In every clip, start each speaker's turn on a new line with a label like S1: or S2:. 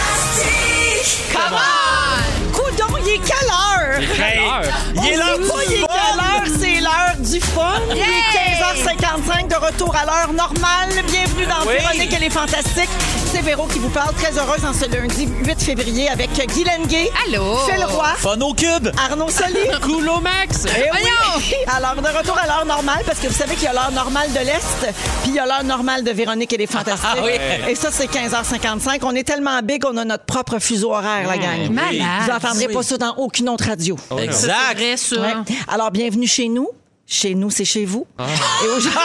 S1: Fantastique! Come on!
S2: Coudon, il est quelle heure?
S3: Hey, il est là,
S2: Pas, il est quelle heure? C'est l'heure du fun. Il est 15h55 de retour à l'heure normale. Bienvenue dans
S3: Oui.
S2: Véronique et les Fantastiques. C'est Véro qui vous parle. Très heureuse en ce lundi 8 février avec Guylaine Gay.
S1: Allô?
S2: Phil Roy.
S3: Fun au cube.
S2: Arnaud Soli.
S3: Coulot Max.
S2: Eh oui.
S1: Voyons!
S2: Alors, de retour à l'heure normale, parce que vous savez qu'il y a l'heure normale de l'Est, puis il y a l'heure normale de Véronique et les Fantastiques.
S3: Ah oui.
S2: Et ça, c'est 15h55. On est tellement big, on a notre propre fuseau horaire, la gang.
S1: Malade.
S2: Vous n'entendrez pas ça dans aucune autre radio.
S1: C'est
S3: Exact.
S1: vrai, ça.
S2: Ouais. Alors, bienvenue chez nous. Chez nous, c'est chez vous. Et aujourd'hui,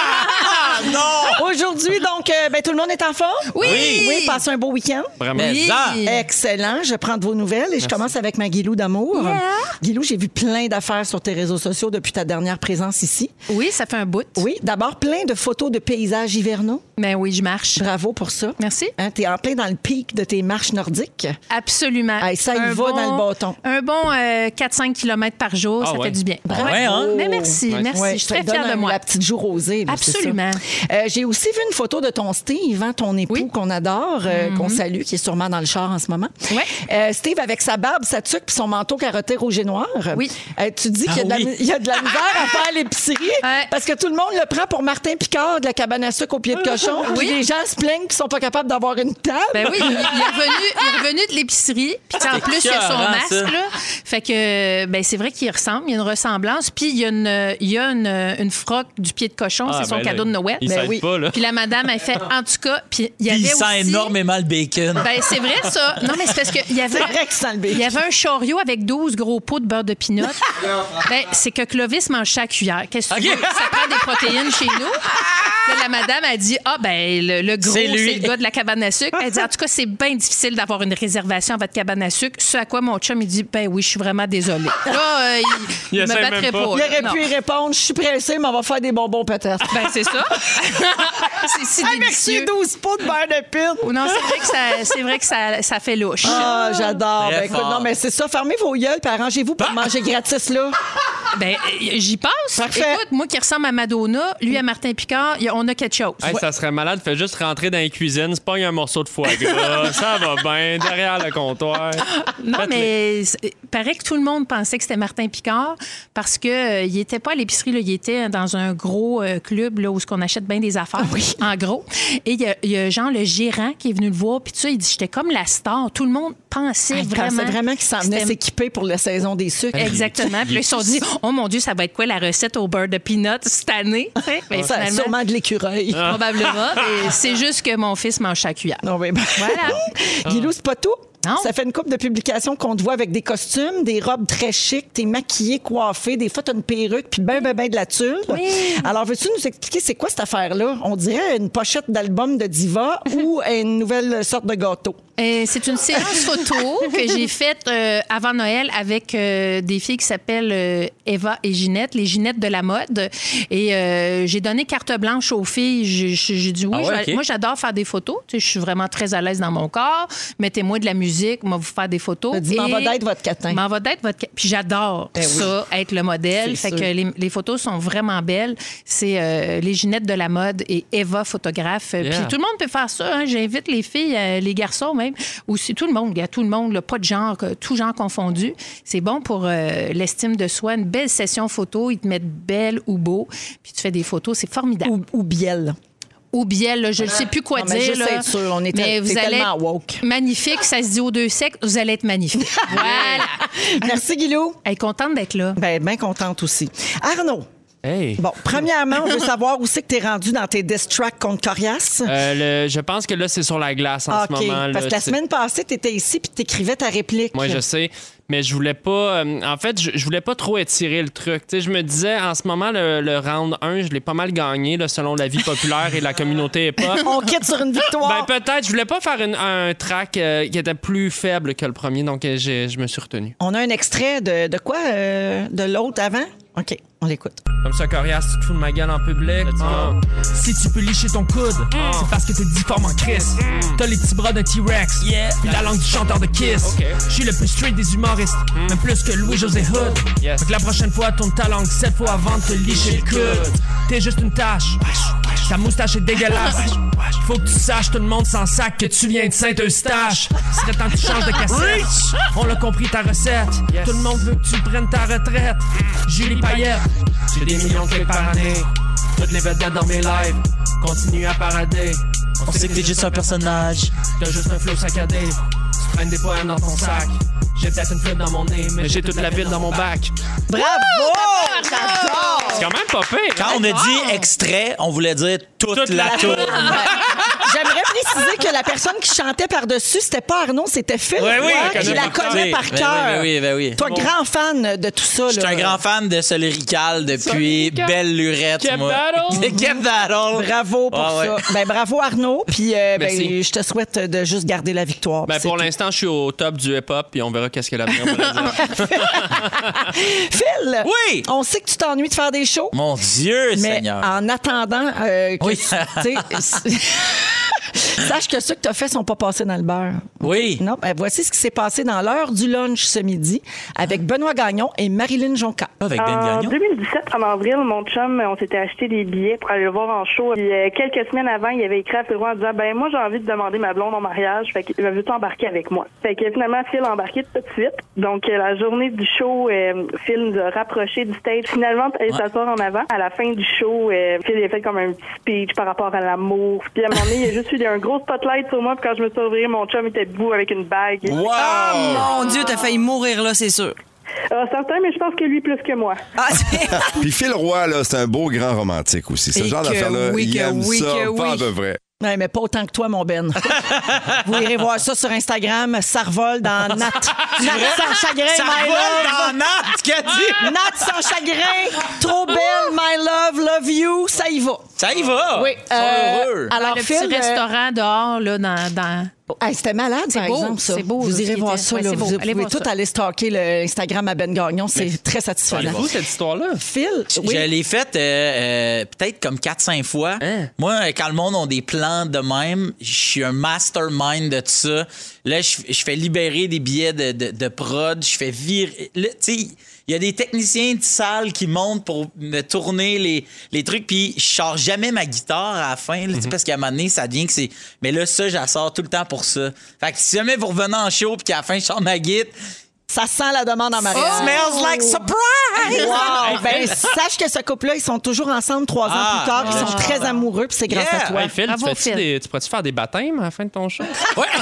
S3: Ah non!
S2: aujourd'hui, donc, euh, ben, tout le monde est en forme?
S1: Oui.
S2: Oui, passez un beau week-end.
S3: Vraiment.
S1: Oui.
S3: Exact.
S2: Excellent. Je prends de vos nouvelles et je commence avec ma Guilou d'amour. Guilou, j'ai vu plein d'affaires sur tes réseaux sociaux depuis ta dernière présence ici.
S1: Oui, ça fait un bout.
S2: Oui, d'abord, plein de photos de paysages hivernaux.
S1: Mais oui, je marche.
S2: Bravo pour ça.
S1: Merci.
S2: Hein, t'es en plein dans le pic de tes marches nordiques.
S1: Absolument.
S2: Hey, ça, il
S1: Un
S2: va dans le bâton.
S1: Un bon euh, 4-5 km par jour,
S3: Ah
S1: ça
S3: ouais.
S1: fait du bien.
S3: Ah ouais, hein?
S1: Mais merci, merci.
S2: Ouais,
S1: je suis
S2: ça
S1: très
S2: te donne
S1: fière de
S2: un-
S1: moi.
S2: La petite joue rosée. là, c'est ça.
S1: Absolument.
S2: Euh, J'ai aussi vu une photo de ton Steve, hein, ton époux
S1: Oui. Mhm.
S2: qu'on adore, euh, qu'on salue, qui est sûrement dans le char en ce moment.
S1: Ouais.
S2: Euh, Steve avec sa barbe, sa tuque puis son manteau carotté rouge et noir.
S1: Oui.
S2: Euh, tu dis qu'il y, a
S3: Ah
S2: de la
S3: oui.
S2: mi- il y a de la misère à faire l'épicerie
S1: Ouais.
S2: parce que tout le monde le prend pour Martin Picard de la cabane à sucre au pied de cochon. Puis
S1: Oui.
S2: les gens se plaignent qu'ils sont pas capables d'avoir une table.
S1: Ben oui, il, il est revenu, il est revenu de l'épicerie. Puis tu sais, en plus, il a son
S3: écœurant,
S1: masque.
S3: ça.
S1: Là. Fait que, ben, c'est vrai qu'il ressemble. Il y a une ressemblance. Puis il y a une, il y a une, une froque du pied de cochon.
S3: Ah,
S1: c'est son
S3: ben là,
S1: cadeau de Noël.
S3: Il
S2: Ben
S3: s'aide
S2: oui.
S3: pas, là.
S1: Puis la madame, elle fait en tout cas. Puis il y avait
S3: Il sent
S1: aussi-
S3: énormément le bacon.
S1: Ben, c'est vrai, ça. Non, mais c'est parce qu'il y avait.
S2: C'est vrai qu'il sent le bacon.
S1: Il y avait un chariot avec 12 gros pots de beurre de pinot. ben, c'est que Clovis mange chaque cuillère. Qu'est-ce que tu
S3: OK.
S1: veux? Ça prend des protéines chez nous. Là, la madame a dit Ah, ben, le, le gros,
S3: C'est
S1: c'est
S3: lui.
S1: le gars de la cabane à sucre. Elle dit En tout cas, c'est bien difficile d'avoir une réservation à votre cabane à sucre. Ce à quoi mon chum, il dit Ben oui, je suis vraiment désolé. Là, euh, il,
S3: Il
S1: il me
S3: essaie même
S1: battrait
S3: pas.
S1: pas.
S2: Il aurait
S1: Non.
S2: pu y répondre, je suis pressé, mais on va faire des bonbons peut-être.
S1: Ben, c'est ça. c'est si
S2: Ah, merci,
S1: délicieux.
S2: 12 pots de beurre de pine.
S1: Non, c'est vrai que ça, c'est vrai que ça, ça fait louche.
S2: Ah, j'adore. Ben,
S3: Très
S2: écoute,
S3: fort. Bah!
S2: non, mais c'est ça. Fermez vos gueules puis arrangez-vous pour manger gratis, là.
S1: Ben, euh, j'y pense.
S2: Parfait.
S1: Écoute, moi qui ressemble à Madonna, lui à Martin Picard, y a- on a quelque chose.
S3: Hey, ça serait malade, fais juste rentrer dans la cuisine, se pogne un morceau de foie gras, ça va bien, derrière le comptoir.
S1: non, mais c'est- paraît que tout le monde pensait que c'était Martin Picard parce que euh, il était pas à l'épicerie, là, il était dans un gros euh, club là, où ce qu'on achète bien des affaires, en gros. Et il y, a- il y a Jean, le gérant, qui est venu le voir, puis tout ça, il dit J'étais comme la star. Tout le monde pensait
S2: Ah, Il
S1: vraiment.
S2: pensait vraiment qu'ils s'en venaient
S1: c'était-
S2: s'équiper pour la saison des sucres.
S1: Exactement. Puis là, ils se sont dit, oh mon Dieu, ça va être quoi la recette au beurre de peanuts cette année? Tu sais, ben,
S2: Ça,
S1: finalement,
S2: sûrement de l'écureuil.
S3: Ah.
S1: probablement. mais C'est juste que mon fils mange sa cuillère.
S2: Non, mais ben-
S1: Voilà.
S2: Guilou, c'est pas tout.
S1: Non.
S2: Ça fait une couple de publications qu'on te voit avec des costumes, des robes très chic, t'es maquillée, coiffée, des fois t'as une perruque, puis ben, ben, ben de la tulle. Alors, veux-tu nous expliquer c'est quoi cette affaire-là? On dirait une pochette d'album de diva ou une nouvelle sorte de gâteau.
S1: Euh, c'est une séance photo que j'ai faite euh, avant Noël avec euh, des filles qui s'appellent euh, Eva et Ginette, les Ginettes de la mode. Et euh, j'ai donné carte blanche aux filles. J'ai- J'ai j'ai dit oui.
S3: Ah ouais,
S1: je vais-
S3: ok.
S1: Moi, j'adore faire des photos. Tu sais, je suis vraiment très à l'aise dans mon corps. Mettez-moi de la musique, moi, vous faire des photos.
S2: T'as dit, Ben, M'en
S1: Et-
S2: va d'être votre catin. Ben
S1: M'en va d'être votre. Puis j'adore ça, être le modèle.
S2: C'est
S1: Fait
S2: sûr.
S1: que les, les photos sont vraiment belles. C'est euh, les Ginettes de la mode et Eva, photographe. Puis tout le monde peut faire ça. hein. J'invite les filles, euh, les garçons même, aussi tout le monde. Il y a tout le monde, là, pas de genre, euh, tout genre confondu. C'est bon pour euh, l'estime de soi. Une belle session photo. Ils te mettent belle ou beau. Puis tu fais des photos. C'est formidable.
S2: Ou, ou bielle.
S1: Ou, bielle, là, je ne sais plus quoi
S2: Non,
S1: dire.
S2: mais juste
S1: là.
S2: être sûr, on est tel-
S1: Mais
S2: t'es
S1: vous allez
S2: tellement
S1: être
S2: woke.
S1: Magnifique, ça se dit aux deux sexes. Vous allez être magnifique. voilà. Ah.
S2: Merci, Guilou.
S1: Elle est contente d'être là.
S2: Ben, bien contente aussi. Arnaud,
S3: Hey.
S2: bon, premièrement, on veut savoir où c'est que t'es rendu dans tes diss tracks contre Corias.
S3: Euh, le- je pense que là, c'est sur la glace en
S2: OK,
S3: ce moment. là,
S2: parce que la
S3: c'est-
S2: semaine passée, t'étais ici puis t'écrivais ta réplique.
S3: Moi, je sais. Mais je voulais pas. euh, en fait, je, je voulais pas trop étirer le truc. Tu sais, je me disais, en ce moment, le, le round 1, je l'ai pas mal gagné, là, selon la vie populaire et la communauté hip-hop.
S2: On quitte sur une
S3: Ben,
S2: victoire.
S3: peut-être. Je voulais pas faire une- un track euh, qui était plus faible que le premier, donc euh, j'ai- je me suis retenu.
S2: on a un extrait de, de quoi? euh, de l'autre avant? OK, on l'écoute.
S3: Comme ça, Corias, tu te fous de ma gueule en public. Ah.
S4: Si tu peux licher ton coude, c'est parce que t'es difforme en crise. T'as les petits bras d'un T-Rex, puis la langue du chanteur de Kiss.
S3: Ok. Hmm.
S4: Je suis le plus straight des humoristes, même plus que Louis-José Hood.
S3: Yes.
S4: Fait que la prochaine fois, tourne ta langue sept fois avant de te licher le coude. T'es juste une tâche. Ta moustache est dégueulasse. Faut que tu saches, tout le monde s'en sac, que tu viens de Saint-Eustache. Serait temps que tu changes de cassette. On l'a compris ta recette. Tout le monde veut que tu prennes ta retraite. Julie Payette, j'ai des millions de clips par année. Toutes les vedettes dans mes lives. Continue à parader.
S5: On sait que t'es juste un personnage.
S4: T'as juste un flow saccadé. Tu traînes des poèmes dans ton sac. J'ai peut-être une flûte dans mon nez, mais j'ai toute la ville dans mon bac.
S2: Bravo! J'adore!
S3: C'est quand même pas pire.
S5: Oh!
S4: hein?
S5: Quand on a dit extrait, on voulait dire toute, la, tour.
S2: J'aimerais préciser que la personne qui chantait par-dessus, c'était pas Arnaud, c'était Phil.
S5: Ouais, oui,
S2: Roy,
S5: je connais
S2: qui Ben la
S5: par cœur.
S2: connaît par
S5: Ben oui,
S2: cœur.
S5: ben oui, ben oui.
S2: Toi, grand fan de tout ça.
S5: Je suis un grand fan de Solerical depuis
S3: Solerical.
S5: Belle Lurette.
S3: Kev
S5: moi.
S3: Battle.
S5: Kev Battle.
S2: Bravo pour
S5: Ah ouais.
S2: ça. Ben, bravo Arnaud. Puis euh, ben,
S3: Merci.
S2: je te souhaite de juste garder la victoire.
S3: Ben,
S2: C'est
S3: pour
S2: tout.
S3: l'instant, je suis au top du hip-hop, puis on verra qu'est-ce que l'avenir va nous dire.
S2: Phil,
S5: Oui!
S2: on sait que tu t'ennuies de faire des shows.
S5: Mon Dieu,
S2: Mais
S5: Seigneur.
S2: en attendant euh, que
S5: Oui.
S2: tu- tu sais, sache que ceux que tu as fait sont pas passés dans le beurre.
S5: Oui.
S2: Non, ben, voici ce qui s'est passé dans l'heure du lunch ce midi avec Benoît Gagnon et Marilyn Jonca.
S5: Avec Ben
S6: En
S5: Gagnon.
S6: 2017, en avril, mon chum, on s'était acheté des billets pour aller le voir en show. Puis, euh, quelques semaines avant, il avait écrit à Phil Roy en disant Ben, moi, j'ai envie de demander ma blonde en mariage. Fait qu'il veut embarquer avec moi. Fait que finalement, Phil a embarqué tout de suite. Donc, euh, la journée du show, euh, Phil nous a rapprochés du stage. Finalement, elle
S5: Ouais.
S6: s'asseoir en avant. À la fin du show, euh, Phil il a fait comme un petit speech par rapport à l'amour. Puis, à un moment donné, il y a juste eu un gros spotlight sur moi. Puis, quand je me suis ouvrir, mon chum était debout avec une bague.
S5: Wow!
S7: Mon Dieu, t'as failli mourir là, c'est sûr.
S6: Ah, certain, mais je pense que lui, plus que moi.
S7: Ah, c'est-
S8: Puis Phil Roy, là, c'est un beau grand romantique aussi. Ce
S7: Et
S8: genre
S7: que
S8: d'affaire-là,
S7: oui,
S8: il
S7: que
S8: aime
S7: oui,
S8: ça,
S7: que
S8: pas
S7: oui.
S8: à peu près.
S2: Ouais, mais pas autant que toi, mon Ben. Vous irez voir ça sur Instagram. Ça revole dans Nat. Nat sans chagrin,
S5: Ça
S2: my
S5: vole
S2: love.
S5: dans Nat, qu'a dit?
S2: Nat sans chagrin. Trop belle, my love. Love you. Ça y va.
S5: Ça y
S1: Ah,
S5: va.
S2: Oui.
S5: Ils sont
S2: euh,
S5: heureux.
S2: Alors,
S1: le
S2: Phil,
S1: petit
S2: euh,
S1: restaurant dehors, là, dans. dans-
S2: hey, c'était malade, par
S1: beau,
S2: exemple, ça.
S1: c'est beau,
S2: Vous
S1: là,
S2: irez
S1: ce
S2: voir
S1: qu'il
S2: ça.
S1: fait.
S2: là.
S1: Ouais, c'est
S2: Vous,
S1: beau. Allez
S2: pouvez
S1: voir
S2: tout
S1: ça.
S2: aller stalker le Instagram à Ben Gagnon. C'est très
S3: C'est
S2: satisfaisant.
S3: fou, cette histoire-là.
S2: Phil, oui.
S5: Je l'ai faite euh, euh, peut-être comme 4-5 fois.
S3: Hein?
S5: Moi, euh, quand le monde a des plans de même, je suis un mastermind de tout ça. Là, je, je fais libérer des billets de, de, de prod. Je fais virer. là, Tu sais, il y a des techniciens de salle qui montent pour me tourner les, les trucs. Puis, je sors jamais ma guitare à la fin, là, tu
S2: Mhm.
S5: sais, parce qu'à un moment donné, ça devient que c'est. Mais là, ça, je la sors tout le temps pour ça. Fait que si jamais vous revenez en show puis qu'à la fin, je sors ma guitare,
S2: Ça sent la demande en mariage.
S1: Oh!
S5: smells like surprise!
S2: Ah. Oh. Wow! Ben, sache que ce couple-là, ils sont toujours ensemble trois ans
S5: Ah,
S2: plus tard. Ils
S5: ben,
S2: sont très amoureux, puis c'est grâce
S5: Yeah.
S2: à toi.
S3: Hey, Phil,
S1: Bravo,
S3: tu, fais-tu
S1: Phil.
S3: des- tu pourrais-tu faire des baptêmes à la fin de ton show?
S5: Ouais.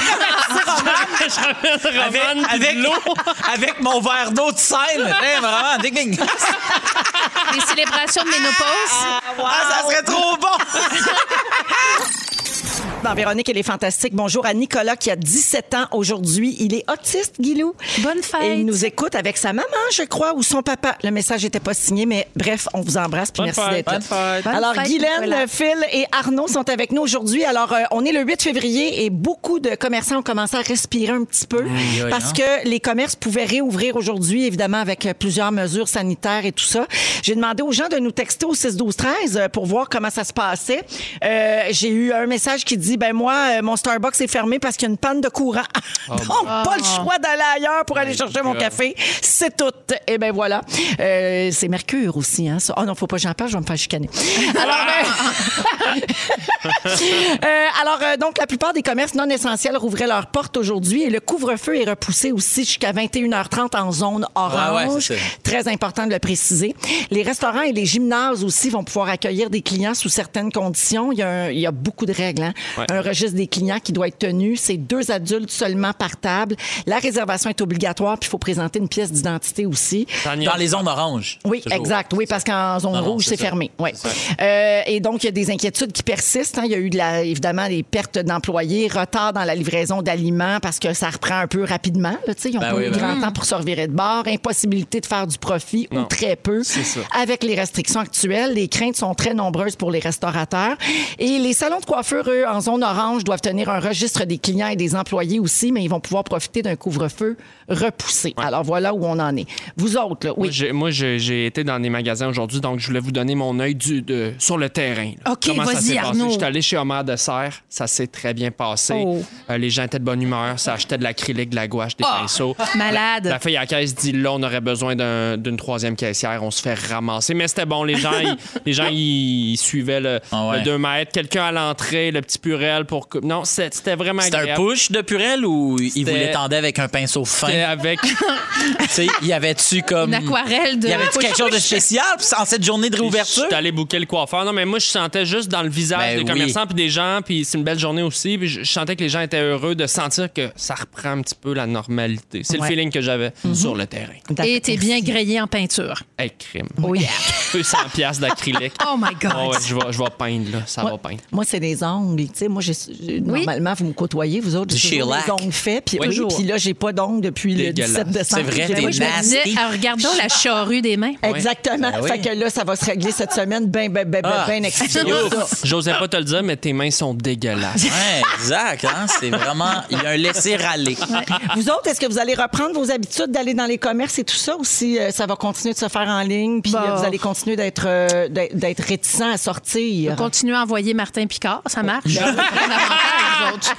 S3: Je
S5: avec,
S3: ramène Roman, puis
S5: avec,
S3: de l'eau.
S5: avec mon verre d'eau de scène. Hey, vraiment, ding, ding.
S3: Ah,
S1: Les célébrations de ménopause.
S5: Ah, ça serait trop bon.
S2: Dans Véronique, elle est fantastique. Bonjour à Nicolas qui a 17 ans aujourd'hui. Il est autiste, Guilou.
S1: Bonne fête.
S2: Et il nous écoute avec sa maman, je crois, ou son papa. Le message n'était pas signé, mais bref, on vous embrasse puis
S3: Bonne
S2: merci
S3: fête,
S2: d'être là.
S3: bonne fête.
S1: Bonne
S2: Alors,
S1: fête,
S2: Guylaine,
S1: Nicolas.
S2: Phil et Arnaud sont avec nous aujourd'hui. Alors, euh, on est le 8 février et beaucoup de commerçants ont commencé à respirer un petit peu
S5: aïe,
S2: parce
S5: hein?
S2: que les commerces pouvaient réouvrir aujourd'hui, évidemment, avec euh, plusieurs mesures sanitaires et tout ça. J'ai demandé aux gens de nous texter au 6 12 13 euh, pour voir comment ça se passait. Euh, J'ai eu un message qui dit ben moi, euh, mon Starbucks est fermé parce qu'il y a une panne de courant.
S5: Oh
S2: Donc, pas le choix d'aller ailleurs pour aller chercher mon
S3: God.
S2: café. C'est tout. Et ben voilà. Euh, c'est Mercure aussi. Hein, ça. Oh non, faut pas que j'en parle, je vais me faire chicaner. Alors, ben- Euh, alors euh, donc, la plupart des commerces non essentiels rouvraient leurs portes aujourd'hui et le couvre-feu est repoussé aussi jusqu'à 21h30 en zone orange.
S5: Ouais, ouais, c'est ça.
S2: Très important de le préciser. Les restaurants et les gymnases aussi vont pouvoir accueillir des clients sous certaines conditions. Il y a, un- il y a beaucoup de règles. hein.
S3: Ouais.
S2: Un registre des clients qui doit être tenu. C'est deux adultes seulement par table. La réservation est obligatoire, puis il faut présenter une pièce d'identité aussi.
S5: Dans les zones oranges.
S2: Oui,
S5: Toujours.
S2: exact. Oui, parce qu'en zone
S5: Non, non,
S2: rouge,
S5: c'est
S2: c'est
S5: ça.
S2: fermé. Ouais.
S5: C'est ça.
S2: Euh, et donc, il y a des inquiétudes qui persistent. hein. Il y a eu, de la- évidemment, des pertes d'employés, retard dans la livraison d'aliments parce que ça reprend un peu rapidement. Là, tu sais, ils ont
S5: Ben
S2: pas
S5: oui,
S2: eu
S5: ben
S2: grand temps pour se revirer de bord, impossibilité de faire du profit ou
S3: Non.
S2: très peu.
S3: C'est ça.
S2: Avec les restrictions actuelles, les craintes sont très nombreuses pour les restaurateurs. Et les salons de coiffure, eux, en zone façon, Orange doivent tenir un registre des clients et des employés aussi, mais ils vont pouvoir profiter d'un couvre-feu repoussé. Alors voilà où on en est. Vous autres, là,
S3: Moi,
S2: oui.
S3: j'ai- Moi, j'ai j'ai été dans des magasins aujourd'hui, donc je voulais vous donner mon œil du- de- sur le terrain. là.
S1: OK,
S3: Comment ça
S1: vas-y,
S3: s'est passé?
S1: Arnaud.
S3: Je suis allé chez Homer de Serre, ça s'est très bien passé.
S1: Oh. Ah!
S3: Euh, les gens étaient de bonne humeur, ça achetait de l'acrylique, de la gouache, des pinceaux.
S1: Malade.
S3: La, la fille à la caisse dit là, on aurait besoin d'un- d'une troisième caissière, on se fait ramasser. Mais c'était bon, les gens, ils, les gens, ils, ils suivaient le
S5: Ah ouais.
S3: 2 mètres. Quelqu'un à l'entrée, le petit purel pour. cou- Non, c'est- c'était vraiment
S5: C'était un
S3: agréable.
S5: push de Purel ou il
S3: C'était-
S5: vous l'étendait avec un pinceau
S3: C'était
S5: fin?
S3: avec.
S5: Tu sais, il y avait-tu comme.
S1: Une aquarelle de.
S5: Il y avait-tu quelque chose de spécial en cette journée de
S3: Je
S5: réouverture?
S3: suis allé bouquer le coiffeur. Non, mais moi, je sentais juste dans le visage
S5: Ben
S3: des
S5: oui.
S3: commerçants puis des gens, puis c'est une belle journée aussi. Puis je, je sentais que les gens étaient heureux de sentir que ça reprend un petit peu la normalité. C'est
S2: Ouais.
S3: le feeling que j'avais
S1: Mhm.
S3: sur le terrain.
S1: Et t'es bien grillé en peinture.
S3: Hey, crime.
S1: Oui.
S3: 200 piastres d'acrylique.
S1: Oh my God.
S3: Ah ouais, je, vais, je vais peindre, là. Ça va peindre.
S2: Moi, c'est des ongles. Tu sais, moi, j'ai- j'ai- normalement, vous me côtoyez, vous autres.
S5: Du
S2: J'ai toujours
S5: shellac.
S2: des ongles faits. Puis,
S3: Oui.
S2: oui, puis là, j'ai pas d'ongles depuis le
S3: Dégueulasse.
S2: 17 décembre.
S5: C'est vrai,
S2: J'ai-
S5: t'es
S1: Moi, je me
S5: nasty.
S1: disais, ah, regardons la charrue des mains.
S2: Exactement.
S5: Ben oui.
S2: Fait que là, ça va se régler cette semaine. Ben, ben, ben, ben,
S5: Ah.
S2: ben, excusez-moi
S3: Yo,
S2: ça.
S3: J'osais pas te le dire, mais tes mains sont dégueulasses.
S5: Ouais, exact. hein, C'est vraiment. Il y a un laisser-aller.
S2: Vous autres, est-ce que vous allez reprendre vos habitudes d'aller dans les commerces et tout ça ou si euh, ça va continuer de se faire en ligne puis
S1: Bon.
S2: euh, vous allez continuer d'être euh, d'être d'être réticent à sortir?
S1: Continuez à envoyer Martin Picard, ça
S2: Oh.
S1: marche. Ça vous prend davantage, vous autres.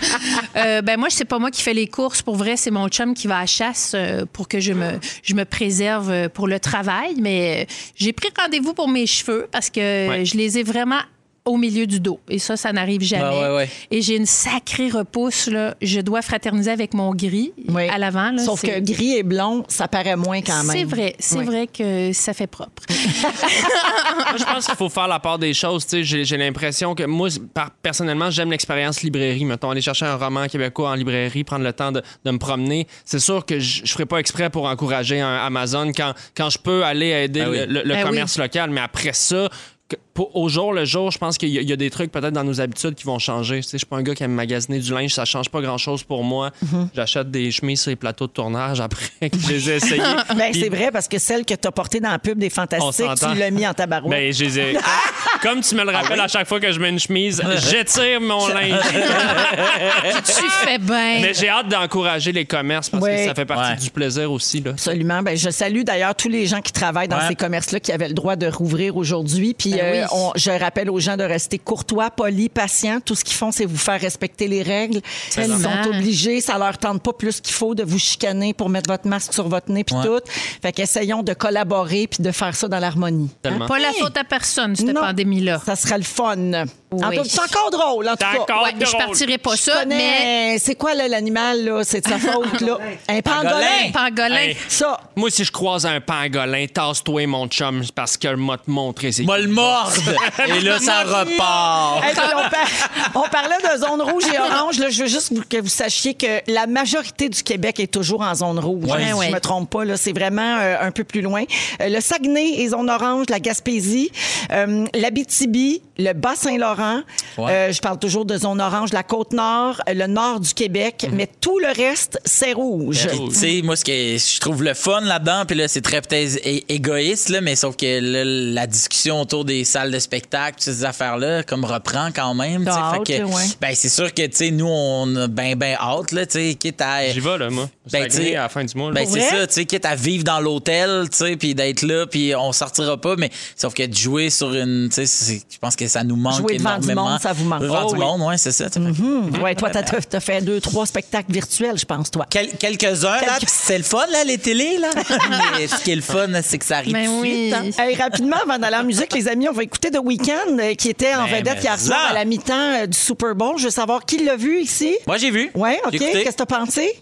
S1: Euh, ben moi, c'est pas moi qui fais les courses. Pour vrai, c'est mon chum qui va à la chasse euh, pour que je me, je me préserve euh, pour le travail. Mais euh, j'ai pris rendez-vous pour mes cheveux parce que
S3: Ouais.
S1: je les ai vraiment au milieu du dos. Et ça, ça n'arrive jamais.
S5: Ouais, ouais, ouais.
S1: Et j'ai une sacrée repousse. Là. Je dois fraterniser avec mon gris
S2: Oui.
S1: à l'avant. là.
S2: Sauf
S1: C'est-
S2: que gris et blond, ça paraît moins quand même.
S1: C'est vrai, c'est
S2: Oui.
S1: vrai que ça fait propre.
S3: Moi, je pense qu'il faut faire la part des choses. tu sais. J'ai j'ai l'impression que moi, par- personnellement, j'aime l'expérience librairie. Mettons, aller chercher un roman québécois en librairie, prendre le temps de, de me promener. C'est sûr que je ne ferai pas exprès pour encourager un Amazon quand, quand je peux aller aider
S5: Ah oui.
S3: le, le- le
S1: Ah oui.
S3: commerce local. Mais après ça, que- pour- au jour le jour, je pense qu'il y, a- il y a des trucs peut-être dans nos habitudes qui vont changer. Tu sais, Je suis pas un gars qui aime magasiner du linge, ça change pas grand-chose pour moi.
S1: Mhm.
S3: J'achète des chemises sur les plateaux de tournage après que je les ai essayées.
S2: Ben,
S3: Puis-
S2: c'est vrai parce que celle que tu as portée dans la pub des
S3: On
S2: Fantastiques,
S3: s'entend.
S2: tu l'as mis en tabarouette.
S3: Ben, je les ai- Comme tu me
S5: Ah
S3: le rappelles à chaque fois que je mets une chemise, j'étire mon linge.
S1: tu fais bien.
S3: Mais j'ai hâte d'encourager les commerces parce
S2: Ouais.
S3: que ça fait partie
S5: Ouais.
S3: du plaisir aussi. Là.
S2: Absolument. Ben, je salue d'ailleurs tous les gens qui travaillent dans
S5: Ouais.
S2: ces commerces-là qui avaient le droit de rouvrir aujourd'hui. Puis
S1: Ben
S2: euh,
S1: oui.
S2: on- je rappelle aux gens de rester courtois, polis, patients. Tout ce qu'ils font, c'est vous faire respecter les règles. Ils
S1: Tellement.
S2: sont obligés. Ça leur tente pas plus qu'il faut de vous chicaner pour mettre votre masque sur votre nez puis
S5: Ouais.
S2: tout. Fait qu'essayons de collaborer puis de faire ça dans l'harmonie.
S3: Tellement.
S1: Pas la faute à personne, cette
S2: Non.
S1: pandémie-là.
S2: Ça sera le fun. En tout cas, C'est encore drôle, en tout
S3: C'est
S2: cas.
S3: encore
S1: Ouais,
S3: drôle.
S1: je partirai pas
S2: Je
S1: ça,
S2: connais-
S1: mais
S2: C'est quoi là, l'animal, là? C'est de sa faute, là? Un pangolin!
S5: Pangolin.
S1: pangolin.
S3: Hey,
S2: Ça,
S3: Moi, si je croise un pangolin, tasse-toi, mon chum, c'est parce que m'a te montré. c'est-
S5: Molle morde. Et là, ça repart.
S2: Hey, puis on, par- on parlait de zone rouge et orange. Là, je veux juste que vous sachiez que la majorité du Québec est toujours en zone rouge. hein,
S5: Ouais.
S2: Si
S1: Ouais.
S2: Je me trompe pas. Là, c'est vraiment euh, un peu plus loin. Euh, le Saguenay est zone orange, la Gaspésie, euh, l'Abitibi, le Bas-Saint-Laurent.
S5: Ouais.
S2: Euh, je parle toujours de zone orange, la Côte-Nord, euh, le nord du Québec.
S5: Mhm.
S2: Mais tout le reste, c'est rouge.
S5: Puis, Tu sais, moi, ce que je trouve le fun là-dedans, puis là, c'est très peut-être é- égoïste, là, mais sauf que là, la discussion autour des salles de spectacle, toutes ces affaires-là, comme reprend quand même. tu sais.
S2: T'as
S5: Fait
S2: hâte,
S5: que,
S2: là, ouais.
S5: Ben, c'est sûr que, tu sais, nous, on a ben, ben hâte, là, tu sais, quitte à.
S3: J'y vais, là, moi.
S5: Ben, tu
S3: Saguenay,
S5: sais,
S3: à la fin du mois. là.
S5: Ben,
S2: Pour
S5: c'est
S2: vrai?
S5: ça, tu sais, quitte à vivre dans l'hôtel, tu sais, puis d'être là, puis on sortira pas, mais sauf que de jouer sur une, tu sais, c'est- je pense que ça nous manque
S2: Jouer devant du
S5: énormément.
S2: monde, ça vous manque.
S5: Jouer Devant
S2: Oh
S5: du
S2: oui.
S5: monde, ouais, c'est ça. tu sais. Fait que
S2: Ouais, toi, t'as- t'as t'as fait deux, trois spectacles virtuels, je pense, toi.
S5: quel- Quelques-uns, là,
S2: Quelques-
S5: puis c'est le fun, là, les télés, là. mais ce qui est le fun, c'est que ça arrive
S2: Ben
S1: Mais
S5: tout de
S1: Ben oui.
S5: suite, hein.
S2: Hey, rapidement, avant d'aller en musique, les amis, on va écouter The Weeknd euh, qui était en
S5: Ben,
S2: vedette
S5: mais
S2: hier
S5: ça.
S2: soir à la mi-temps euh, du Super Bowl. Je veux savoir qui l'a vu ici.
S5: Moi, j'ai vu.
S2: Oui, OK.
S5: J'ai écouté.
S2: Qu'est-ce que t'as pensé?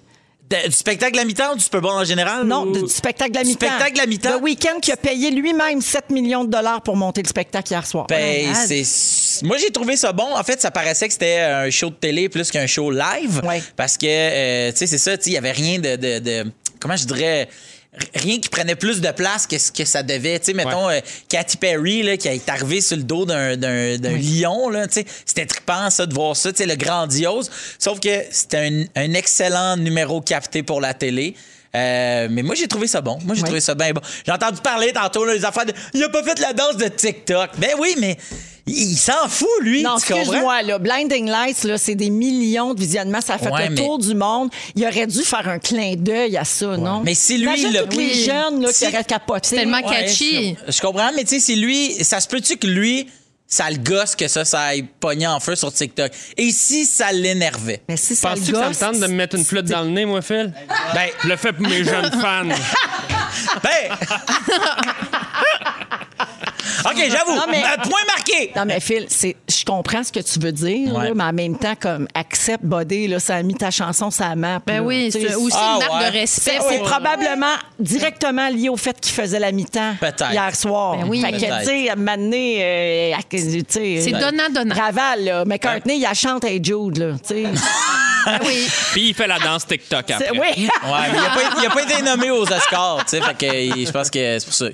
S5: De- du spectacle à mi-temps ou du Super Bowl en général?
S2: Non,
S5: ou-
S2: de- du spectacle de la
S5: Du
S2: mi-temps.
S5: spectacle de la mi-temps?
S2: The Weeknd qui a payé lui-même 7 millions de dollars pour monter le spectacle hier soir.
S5: Ben,
S2: Malade.
S5: c'est... Moi, j'ai trouvé ça bon. En fait, ça paraissait que c'était un show de télé plus qu'un show live.
S2: Ouais.
S5: Parce que, euh, tu sais, c'est ça, tu sais, il y avait rien de, de- de- Comment je dirais. r- Rien qui prenait plus de place que ce que ça devait. Tu sais, mettons, euh, Katy Perry, là, qui est arrivée sur le dos d'un, d'un- d'un lion, là, tu sais, c'était trippant, ça, de voir ça, tu sais, le grandiose. Sauf que c'était un, un excellent numéro capté pour la télé. Euh, mais moi, j'ai trouvé ça bon. Moi, j'ai
S2: Ouais.
S5: trouvé ça bien bon. J'ai entendu parler tantôt, là, les affaires de. Il a pas fait la danse de TikTok. Ben oui, mais Il, il s'en fout, lui,
S2: Non,
S5: tu comprends?
S2: excuse-moi, là, Blinding Lights, là, c'est des millions de visionnements. Ça a fait
S5: Ouais,
S2: le
S5: mais-
S2: tour du monde. Il aurait dû faire un clin d'œil à ça, non?
S5: Mais si lui,
S2: Imagine
S5: il a-
S2: tous les
S5: Oui.
S2: jeunes là,
S5: Si-
S2: qui auraient capoté.
S1: C'est tellement
S5: Ouais,
S1: catchy.
S5: je- Je comprends, mais tu sais, c'est lui. Ça se peut-tu que lui, ça le gosse que ça, ça aille pogner en feu sur TikTok? Et si ça l'énervait?
S2: Mais si ça le
S3: Penses-tu que ça me
S2: gosse...
S3: tente de me mettre une flûte dans le nez, moi, Phil?
S5: Ben,
S3: Je le fais pour mes jeunes fans.
S5: ben! OK, j'avoue.
S2: Non, mais-
S5: Un Point marqué.
S2: Non, mais Phil, c'est- je comprends ce que tu veux dire,
S5: Ouais.
S2: là, mais en même temps, comme accepte Body, là, ça a mis ta chanson sur la map.
S1: Ben
S2: là.
S1: oui,
S2: Tu sais,
S1: c'est aussi
S5: Ah,
S1: une marque
S5: ouais.
S1: de respect.
S2: C'est
S1: pour-
S2: probablement directement lié au fait qu'il faisait la mi-temps
S5: Peut-être.
S2: hier soir.
S1: Ben oui.
S2: Fait
S5: Peut-être.
S2: que, tu sais, à un moment donné, euh, à- tu sais,
S1: C'est
S2: euh,
S1: donnant-donnant.
S2: Raval, là. McCartney, il la chante à Jude, là. Tu sais.
S1: Oui.
S3: Puis il fait la danse TikTok après.
S2: C'est- oui.
S5: Ouais, mais il a pas- il n'a pas, été nommé aux Oscars, tu sais. Fait que il- je pense que c'est pour ça. Aux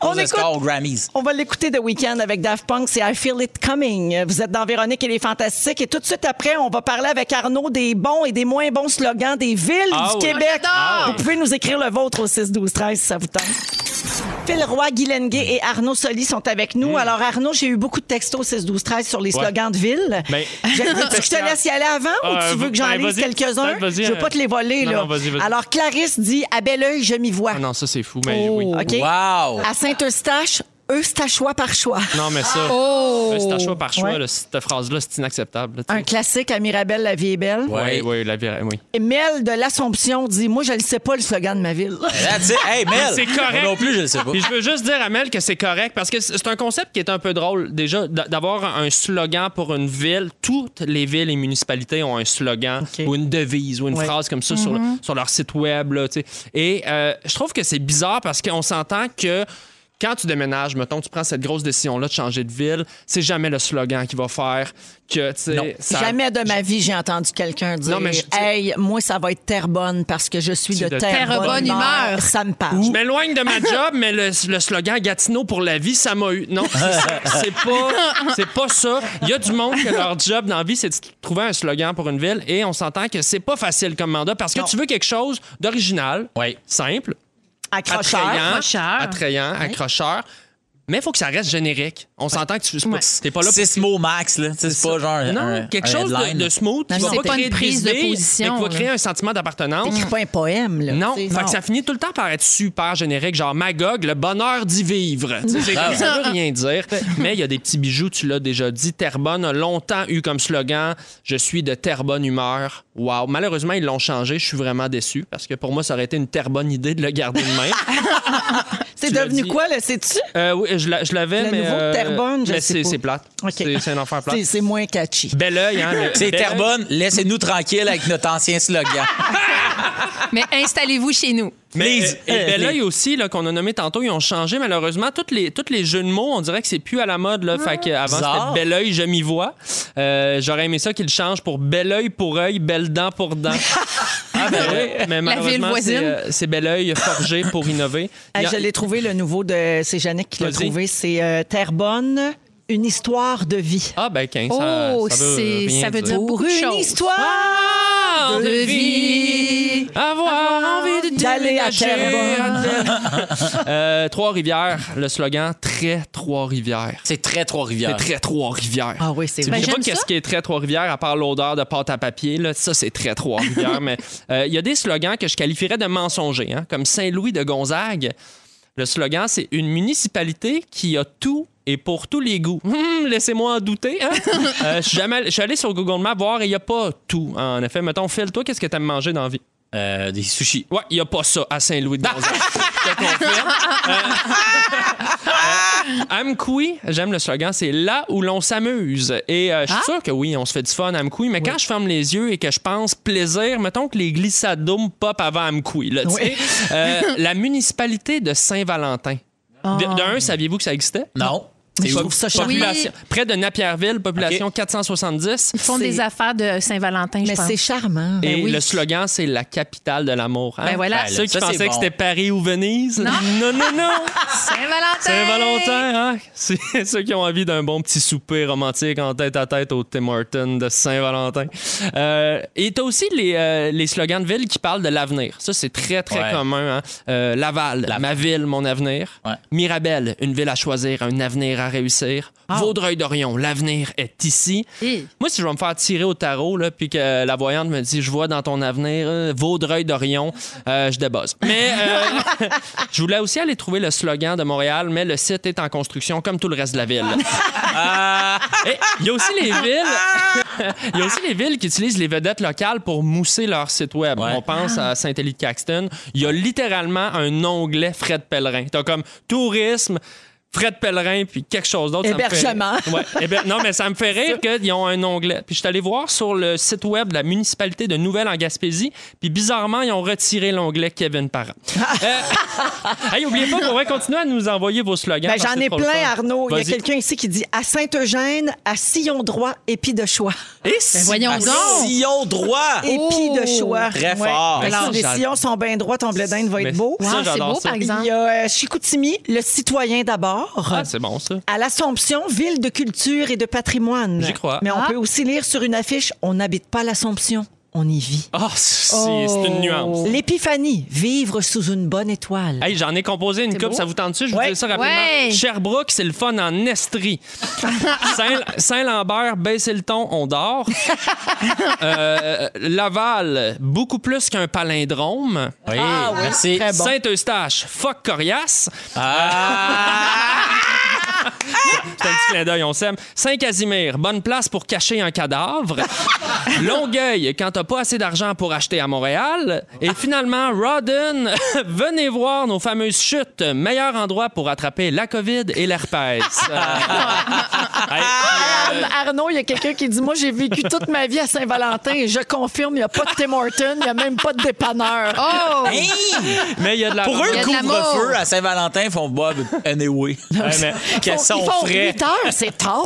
S2: On
S5: Oscars,
S2: écoute-
S5: aux Grammys.
S2: On va l'écouter de Weekend avec Daft Punk, c'est I Feel It Coming. Vous êtes dans Véronique et les Fantastiques. Et tout de suite après, on va parler avec Arnaud des bons et des moins bons slogans des villes
S3: Ah
S2: du
S3: oui.
S2: Québec.
S1: Ah oui.
S2: Vous pouvez nous écrire le vôtre au 6 12 13 si ça vous tente. Phil Roy, Guy Lenguet et Arnaud Soli sont avec nous. Alors, Arnaud, j'ai eu beaucoup de textos au 6 12 13 sur les
S3: Hmm. Ouais.
S2: slogans de ville.
S3: Ben-
S2: Je, veux-tu que je te laisse y aller avant
S3: Ah,
S2: ou tu veux que j'en
S3: ben,
S2: lise
S3: vas-y.
S2: quelques-uns?
S3: Ben, vas-y,
S2: je veux
S3: euh,
S2: pas te les voler.
S3: non,
S2: là.
S3: non, vas-y, vas-y.
S2: Alors, Clarisse dit À bel oeil, je m'y vois.
S3: Ah non, ça, c'est fou, mais oui.
S2: OK? Ah.
S5: Wow!
S2: À Saint-Eustache, Eustachois par choix.
S3: Non, mais ça,
S1: Oh!
S3: euh, c'est un choix par choix.
S2: Ouais.
S3: là, cette phrase-là, c'est inacceptable. là, tu
S2: Un
S3: sais.
S2: classique à Mirabelle, la vie est belle.
S3: Ouais,
S5: Ouais.
S3: ouais, la vira- oui.
S2: Et Mel de l'Assomption dit Moi, je ne sais pas le slogan de ma ville.
S5: That's it. Hey, Mel!
S3: C'est correct.
S5: Moi Non plus, je le sais pas.
S3: Puis je veux juste dire à Mel que c'est correct parce que c'est un concept qui est un peu drôle. Déjà, d- d'avoir un slogan pour une ville, toutes les villes et municipalités ont un slogan
S2: OK.
S3: ou une devise ou une
S2: Ouais. Mm-hmm.
S3: phrase comme ça sur, le- sur leur site web. là, tu sais. et euh, je trouve que c'est bizarre parce qu'on s'entend que. Quand tu déménages, mettons, tu prends cette grosse décision-là de changer de ville, c'est jamais le slogan qui va faire que, tu sais, ça-
S2: Jamais de ma vie, j'ai entendu quelqu'un dire
S3: Non, mais je-
S2: Hey, moi, ça va être terre bonne parce que je suis de,
S3: de
S2: terre,
S1: terre bonne humeur.
S2: Ça me parle.
S3: Je m'éloigne de ma job, mais le, le slogan Gatineau pour la vie, ça m'a eu. Non, c'est- c'est pas, c'est pas ça. Il y a du monde que leur job dans la vie, c'est de trouver un slogan pour une ville et on s'entend que c'est pas facile comme mandat parce que tu veux quelque chose d'original,
S5: Oui.
S3: simple,
S2: Accrocheur.
S3: attrayant,
S1: accrocheur.
S3: attrayant, accrocheur, mais il faut que ça reste générique. On s'entend que tu n'es pas là pour
S5: Six mots max, là. Tu sais, C'est pas genre.
S3: non,
S5: un-
S3: quelque
S5: un
S3: chose de,
S5: headline.
S3: de smooth qui
S1: Non,
S3: va
S1: c'est
S3: pas,
S1: pas
S3: créer
S1: une prise de
S3: idées,
S1: position,
S3: mais qui va
S1: là.
S3: créer un sentiment d'appartenance.
S2: T'écris pas un poème, là.
S3: Non,
S2: tu sais.
S3: Fait que ça finit tout le temps par être super générique, genre Magog, le bonheur d'y vivre. Tu sais, c'est
S2: Ah.
S3: comme ça veut rien dire. Mais il y a des petits bijoux, tu l'as déjà dit. Terrebonne a longtemps eu comme slogan Je suis de Terrebonne humeur. Wow. Malheureusement, ils l'ont changé. Je suis vraiment déçu parce que pour moi, ça aurait été une Terrebonne idée de le garder de main.
S2: C'est
S3: tu l'as
S2: devenu
S3: dit.
S2: quoi, là? C'est-tu?
S3: Euh, oui, je l'a- je l'avais,
S2: Le
S3: mais.
S2: nouveau
S3: euh,
S2: Terrebonne, je
S3: mais
S2: sais
S3: c'est-
S2: pas.
S3: c'est plate.
S2: OK.
S3: C'est c'est un enfer plate.
S2: C'est- C'est moins catchy.
S3: Bel oeil, hein. le-
S5: C'est
S3: Bel Oeil.
S5: Terrebonne, laissez-nous tranquille avec notre ancien slogan.
S1: Mais installez-vous chez nous.
S3: Mais
S5: Please.
S3: et, et
S5: Euh,
S3: Bel
S5: please.
S3: Oeil aussi là qu'on a nommé tantôt, ils ont changé malheureusement toutes les toutes les jeux de mots, on dirait que c'est plus à la mode là, fait que avant
S5: Bizarre.
S3: c'était Bel Oeil, je m'y vois. Euh, j'aurais aimé ça qu'ils le changent pour Bel Oeil pour œil, belle dent pour dent. Ah ben oui, mais
S1: ville
S3: malheureusement c'est
S1: voisine.
S3: euh, c'est Bel Oeil forgé pour innover.
S2: Hey,
S3: Il y a-
S2: Ah, je l'ai trouvé, le nouveau de. C'est Yannick qui l'a
S3: Vas-y.
S2: trouvé. C'est euh, Terre bonne, une histoire de vie.
S3: Ah ben 15
S1: Oh,
S3: ça, veut
S1: c'est-
S3: rien
S1: ça veut dire-
S2: Ah, Pour
S1: Beaucoup de
S2: une
S1: choses.
S2: histoire
S3: Ah,
S1: De vie.
S3: Avoir envie de
S2: D'aller à
S3: déménager Euh, Trois-Rivières, le slogan très Trois-Rivières.
S5: C'est très
S3: C'est
S5: Trois-Rivières.
S3: très Trois-Rivières.
S2: Ah oui, c'est
S3: Tu sais,
S2: vrai.
S3: Je sais pas
S1: j'aime
S3: qu'est-ce
S1: ça.
S3: qui est très Trois-Rivières à part l'odeur de pâte à papier. Là. Ça, c'est très Trois-Rivières. mais euh, il y a des slogans que je qualifierais de mensongers, hein, comme Saint-Louis de Gonzague. Le slogan, c'est une municipalité qui a tout et pour tous les goûts. Hum, Laissez-moi en douter. hein. Euh, je suis jamais- je suis allé sur Google Maps voir et il n'y a pas tout. En effet, mettons, Phil, toi, qu'est-ce que tu aimes manger dans la vie?
S5: Euh, des sushis.
S3: Ouais, il n'y a pas ça à Saint-Louis de Gonzague. Je te confirme. Euh, euh, Amkoui, j'aime le slogan, c'est là où l'on s'amuse. Et euh, je suis sûr que oui, on se fait du fun à Amkoui, mais quand je ferme les yeux et que je pense plaisir, mettons que les glissadomes pop avant Amkoui, là, tu sais. Euh, la municipalité de Saint-Valentin. D- D'un, saviez-vous que ça existait?
S5: Non.
S2: Je trouve ça charmant.
S3: Population- Près de Napierville, population 470.
S1: Ils font des
S2: C'est-
S1: affaires de Saint-Valentin, je
S2: Mais
S1: pense.
S2: c'est charmant.
S3: Et
S2: Ben oui.
S3: le slogan, c'est la capitale de l'amour. hein?
S1: Ben voilà.
S5: Ben,
S3: Ceux qui
S5: Ça, c'est
S3: pensaient que
S5: bon.
S3: c'était Paris ou Venise. Non, non, non.
S1: Saint-Valentin!
S3: Saint-Valentin, hein? C'est ceux qui ont envie d'un bon petit souper romantique en tête à tête au Tim Hortons de Saint-Valentin. Euh, et t'as aussi les, euh, les slogans de ville qui parlent de l'avenir. Ça, c'est très, très
S5: Ouais.
S3: commun. hein. Euh, Laval, ma ville, mon avenir.
S5: Ouais.
S3: Mirabel, une ville à choisir, un avenir à réussir. Vaudreuil d'Orion, l'avenir est ici.
S1: Hey.
S3: Moi, si je vais me faire tirer au tarot, là, puis que la voyante me dit, je vois dans ton avenir euh, Vaudreuil d'Orion, euh, je débose. Mais euh, je voulais aussi aller trouver le slogan de Montréal, mais le site est en construction comme tout le reste de la ville. Euh, et Il y a aussi
S2: Ah!
S3: les villes, il y a aussi les villes qui utilisent les vedettes locales pour mousser leur site web.
S5: Ouais.
S3: On pense
S2: Ah!
S3: à Saint-Élie-de-Caxton. Il y a littéralement un onglet Fred Pellerin. T'as comme tourisme. Fred Pellerin, puis quelque chose d'autre. ça me fait-
S2: Hébergement.
S3: Ouais, héber- Non, mais ça me fait rire qu'ils ont un onglet. Puis je suis allé voir sur le site web de la municipalité de Nouvelle en Gaspésie, puis bizarrement, ils ont retiré l'onglet Kevin Parent. Euh, hey, oubliez pas qu'on va continuer à nous envoyer vos slogans.
S2: Ben,
S3: parce que
S2: J'en
S3: c'est
S2: ai
S3: trop le
S2: plein,
S3: fun.
S2: Arnaud. Il y a
S3: Vas-y.
S2: quelqu'un ici qui dit à Saint-Eugène, à sillon droit, épi de choix.
S5: Et si-
S1: voyons
S5: à
S1: donc.
S5: sillon droit.
S2: Épi de choix.
S5: Très fort.
S2: Fait que si
S3: Alors,
S2: les
S3: j'ad-
S2: sillons sont bien droits, ton blé d'Inde va
S3: Ben, Mais
S2: être beau.
S1: Wow,
S3: Ça,
S1: c'est
S3: j'adore
S1: beau,
S3: ça.
S1: par
S2: Il
S1: exemple.
S2: y a euh, Chicoutimi, le citoyen d'abord.
S3: Ah, c'est bon, ça.
S2: À l'Assomption, ville de culture et de patrimoine.
S3: J'y crois.
S2: Mais on
S1: Ah.
S2: peut aussi lire sur une affiche On n'habite pas l'Assomption, on y vit.
S3: Ah, c'est
S2: Oh.
S3: c'est une nuance.
S2: L'épiphanie, vivre sous une bonne étoile.
S3: Hey, j'en ai composé une
S1: C'est
S3: coupe,
S1: beau.
S3: ça vous tente-tu? Je vous
S2: Ouais.
S3: dis ça rapidement.
S1: Ouais.
S3: Sherbrooke, c'est le fun en estrie. Saint- Saint-Lambert, baissez le ton, on dort. Euh, Laval, beaucoup plus qu'un palindrome.
S5: Oui,
S1: Ah,
S5: merci.
S3: Saint-Eustache, fuck coriace.
S5: Ah!
S3: C'est un petit clin d'œil, on s'aime. Saint-Casimir, bonne place pour cacher un cadavre. Longueuil, quand t'as pas assez d'argent pour acheter à Montréal. Et finalement, Rodden, venez voir nos fameuses chutes, meilleur endroit pour attraper la COVID et l'herpès. Euh,
S1: Ah,
S3: hey,
S5: Euh.
S9: Anne, Arnaud, il y a quelqu'un qui dit Moi, j'ai vécu toute ma vie à Saint-Valentin et je confirme, il n'y a pas de Tim Hortons, il n'y a même pas de dépanneur.
S1: Oh!
S5: Hey!
S3: mais il y a de
S2: Ah,
S3: la
S5: Pour
S3: romance.
S5: eux,
S1: Il y a de
S5: couvre-feu
S1: l'amour.
S5: à Saint-Valentin, ils font Bob anyway.
S3: Ouais, mais-
S5: Qu'elles
S9: Ils
S5: sont
S9: font
S5: frais.
S9: 8 Oh, heures, c'est tard.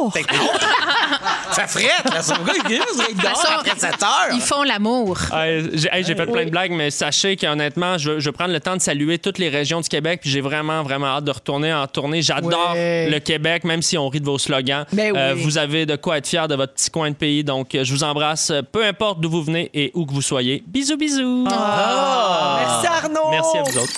S5: Ça frette. là. Son gars, il vient, il est dehors
S1: façon,
S5: après 7 heures.
S1: Ils font l'amour.
S3: Hey, Ah, j'ai hey, j'ai fait plein de blagues, mais sachez qu'honnêtement, je, je vais prendre le temps de saluer toutes les régions du Québec, puis j'ai vraiment, vraiment hâte de retourner en tournée. J'adore
S9: Ouais.
S3: le Québec, même si on rit de vos slogans. Euh,
S9: Ben oui.
S3: vous avez de quoi être fiers de votre petit coin de pays, donc euh, je vous embrasse, euh, peu importe d'où vous venez et où que vous soyez. Bisous, bisous!
S9: Ah.
S3: Ah.
S2: Merci Arnaud.
S3: Merci à vous autres.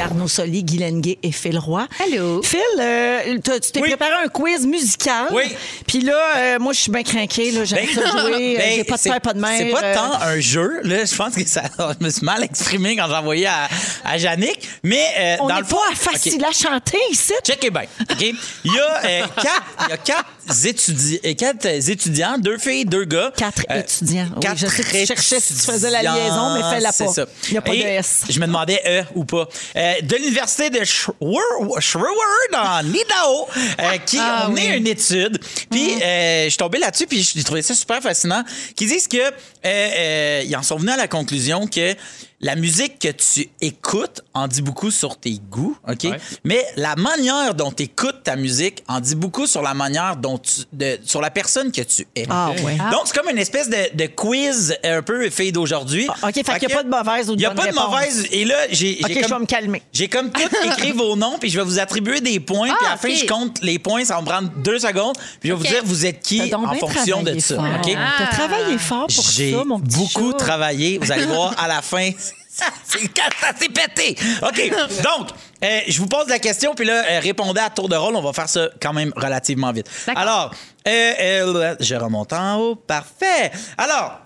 S2: Arnaud Soli, Guy Lenguet et Phil Roy.
S1: Allô?
S2: Phil, euh, t'as- tu t'es
S5: Oui.
S2: préparé un quiz musical.
S5: Oui.
S2: Puis là, euh, moi, je suis bien craquée. là. J'aime ça jouer. euh,
S5: Ben,
S2: J'ai pas de
S5: c'est-
S2: père, pas de mère.
S5: C'est pas
S2: euh,
S5: tant un jeu. Là, je pense que ça, je me suis mal exprimé quand j'ai envoyé à, à Yannick. Mais euh,
S2: On
S5: dans
S2: n'est
S5: le fond-
S2: pas à
S5: OK.
S2: facile à chanter ici.
S5: Checkez bien. OK? Il y a, euh, quatre, il y a quatre, étudi- euh, quatre, euh, étudiants, deux filles, deux gars. Euh,
S2: Quatre étudiants. Oui,
S5: quatre
S2: je sais que tu cherchais si tu faisais la
S5: étudiants,
S2: liaison, mais fais-la
S5: c'est
S2: pas.
S5: ça.
S2: Il y a pas
S5: Et
S2: de S.
S5: Je me demandais E ou pas. Euh, de l'université de Schwer- Sherwood en Idaho, euh, qui
S2: Ah
S5: ont mené une étude. Puis
S2: Mm.
S5: euh, je suis tombé là-dessus, puis j'ai trouvé ça super fascinant. Qui disent que euh, euh, ils en sont venus à la conclusion que la musique que tu écoutes en dit beaucoup sur tes goûts, OK?
S3: Ouais.
S5: Mais la manière dont tu écoutes ta musique en dit beaucoup sur la manière dont tu, de- sur la personne que tu es.
S2: Ah ouais.
S5: Donc, c'est comme une espèce de, de quiz euh, un peu fille d'aujourd'hui.
S2: Ah, OK, fait qu'il y a pas de mauvaise ou de
S5: Il y a
S2: bonne
S5: pas de
S2: réponse.
S5: mauvaise. Et là, j'ai j'ai
S2: OK, je vais me calmer.
S5: J'ai comme tout écrit vos noms, puis je vais vous attribuer des points.
S1: Ah,
S5: puis à la fin,
S1: OK.
S5: je compte les points, ça va me prendre deux secondes. Puis je vais vous
S1: OK.
S5: dire vous êtes qui
S2: T'as donc
S5: en
S2: bien
S5: fonction de
S2: travaillé
S5: ça.
S2: fort.
S5: OK?
S2: T'as travaillé fort pour
S5: J'ai
S2: ça, mon petit
S5: beaucoup
S2: chat.
S5: travaillé. Vous allez voir, à la fin, ça s'est ça s'est pété. OK, donc, euh, je vous pose la question, puis là, euh, répondez à tour de rôle. On va faire ça quand même relativement vite.
S1: D'accord.
S5: Alors, euh, euh, je remonte en haut. Parfait. Alors,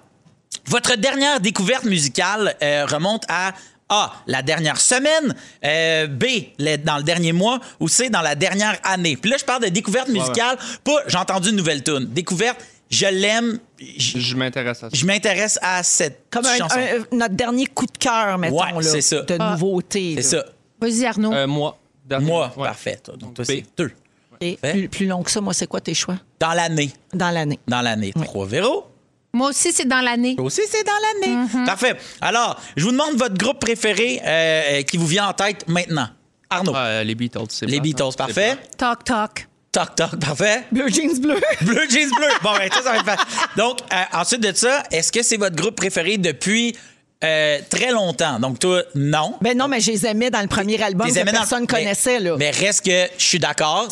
S5: votre dernière découverte musicale euh, remonte à... A, la dernière semaine, euh, B, les- dans le dernier mois, ou C, dans la dernière année. Puis là, je parle de découverte musicale, pas j'ai entendu une nouvelle tune. Découverte, je l'aime, j-
S3: Je m'intéresse à ça.
S5: je m'intéresse à cette
S2: Comme un-
S5: chanson.
S2: un- euh, notre dernier coup de cœur, mettons,
S5: Ouais,
S2: là,
S5: c'est ça.
S2: de nouveauté.
S5: C'est
S2: là.
S5: ça.
S1: Vas-y, Arnaud.
S3: Euh, moi. Dernier-
S5: Moi,
S3: ouais.
S5: parfait. Toi. Donc, toi,
S3: B.
S5: c'est deux.
S2: Et
S5: Fait.
S2: plus, plus long que ça, moi, c'est quoi tes choix?
S5: Dans l'année.
S2: Dans l'année.
S5: Dans l'année. Trois véros.
S1: Moi aussi, c'est dans l'année.
S5: Toi aussi, c'est dans l'année.
S2: Mm-hmm.
S5: Parfait. Alors, je vous demande votre groupe préféré euh, euh, qui vous vient en tête maintenant. Arnaud.
S3: Euh, les Beatles, c'est
S5: les
S3: plate, hein.
S5: Beatles,
S3: C'est
S5: parfait.
S3: plate.
S1: Toc, toc.
S5: Toc, toc, parfait.
S2: Bleu jeans bleu.
S5: Bleu jeans bleu. Bon, ben, ça, ça va être fa- Donc, euh, ensuite de ça, est-ce que c'est votre groupe préféré depuis euh, très longtemps? Donc, toi, non.
S2: Ben non, mais je les aimais dans le premier album
S5: Les
S2: que
S5: aimais dans-
S2: personne ne
S5: mais-
S2: connaissait. Là.
S5: Mais reste que je suis d'accord.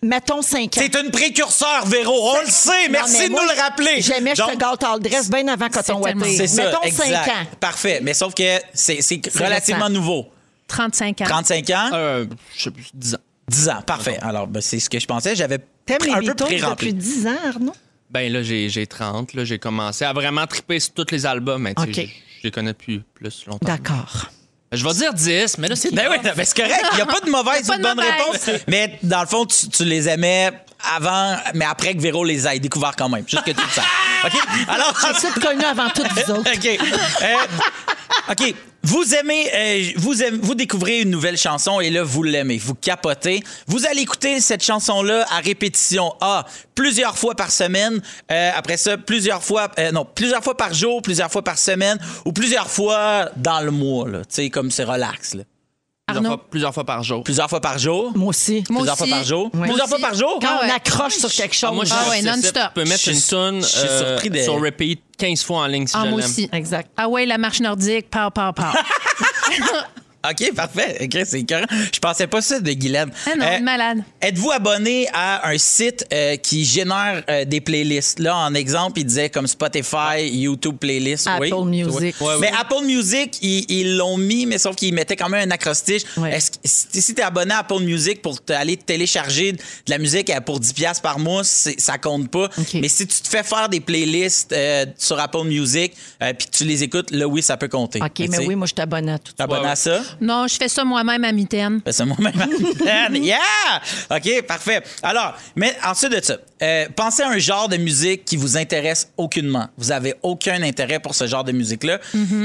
S2: Mettons 5 ans.
S5: C'est une précurseur, Véro. On le sait.
S2: Non,
S5: Merci
S2: mais
S5: de
S2: moi,
S5: nous le rappeler.
S2: J'aimais Je
S5: Donc,
S2: te gâte all dress bien avant Coton
S1: C'est tellement-
S2: Watté.
S5: C'est ça.
S2: Mettons
S5: exact.
S2: 5 ans.
S5: Parfait. Mais sauf que c'est c'est
S1: C'est
S5: relativement
S1: récent.
S5: nouveau.
S1: 35 ans.
S5: 35 ans.
S3: Euh, je sais plus, 10 ans.
S5: 10 ans, parfait. Alors, ben, c'est ce que je pensais. J'avais
S2: T'aimes
S5: pr- un
S2: les
S5: peu
S2: Beatles
S5: pré-rempli.
S2: depuis 10 ans, Arnaud?
S3: Ben là, j'ai j'ai 30. Là, j'ai commencé à vraiment triper sur tous les albums. Mais tu sais,
S2: OK.
S3: je- je les connais plus, plus longtemps.
S2: D'accord.
S3: Je vais dire 10, mais là, c'est.
S5: Ben oui, non, mais c'est correct. Il n'y a pas de mauvaise
S1: Il y a
S5: ou
S1: pas
S5: de
S1: de
S5: bonne
S1: mauvaise.
S5: réponse. Mais dans le fond, tu, tu les aimais avant, mais après que Véro les ait découverts quand même. Juste que tu le saches. OK? Alors,
S2: J'ai tout connu avant toutes vous autres.
S5: OK. Euh, OK. Vous aimez, euh, vous aimez- vous découvrez une nouvelle chanson et là, vous l'aimez. Vous capotez. Vous allez écouter cette chanson-là à répétition. A, plusieurs fois par semaine. Euh, après ça, plusieurs fois, euh, non, plusieurs fois par jour, plusieurs fois par semaine ou plusieurs fois dans le mois, là. Tu sais, comme c'est relax, là.
S3: Plusieurs fois, plusieurs fois par jour.
S5: Plusieurs fois par jour.
S2: Moi aussi.
S1: Moi
S5: plusieurs
S1: aussi.
S5: fois par jour.
S2: Oui.
S5: Plusieurs fois
S1: Moi
S5: par
S1: aussi.
S5: jour.
S2: Quand
S1: Ah ouais.
S2: on accroche sur quelque chose.
S3: Ah, moi, je
S1: Ah ouais,
S3: je-
S1: non-stop.
S3: peux mettre
S5: Je
S3: une
S5: suis-
S3: tune
S5: je suis surpris de-
S3: sur repeat 15 fois en ligne si
S1: Ah,
S3: je
S1: moi
S3: l'aime.
S1: aussi.
S2: Exact.
S1: Ah ouais, la marche nordique, pow, pow, pow.
S5: OK, parfait. OK, c'est écœurant. Je pensais pas ça de Guylaine.
S1: Ah non,
S5: Euh,
S1: une malade.
S5: Êtes-vous abonné à un site euh, qui génère euh, des playlists? Là, en exemple, il disait comme Spotify, YouTube Playlist. oui.
S2: Apple Music.
S5: Oui. Mais Apple Music, ils ils l'ont mis, mais sauf qu'ils mettaient quand même un acrostiche.
S2: Ouais.
S5: Est-ce que- si si t'es abonné à Apple Music pour te- aller télécharger de la musique à- pour 10$ piastres par mois, c'est- ça compte pas.
S2: OK.
S5: Mais si tu te fais faire des playlists euh, sur Apple Music euh, puis que tu les écoutes, là, oui, ça peut compter.
S2: OK, mais
S5: tu sais,
S2: oui, moi, je t'abonne à tout.
S5: T'es abonné à ça?
S1: Non, je fais ça moi-même à mi-temps.
S5: Ben, c'est moi-même. Dan, yeah! OK, parfait. Alors, mais ensuite de ça, euh, pensez à un genre de musique qui vous intéresse aucunement. Vous avez aucun intérêt pour ce genre de musique-là.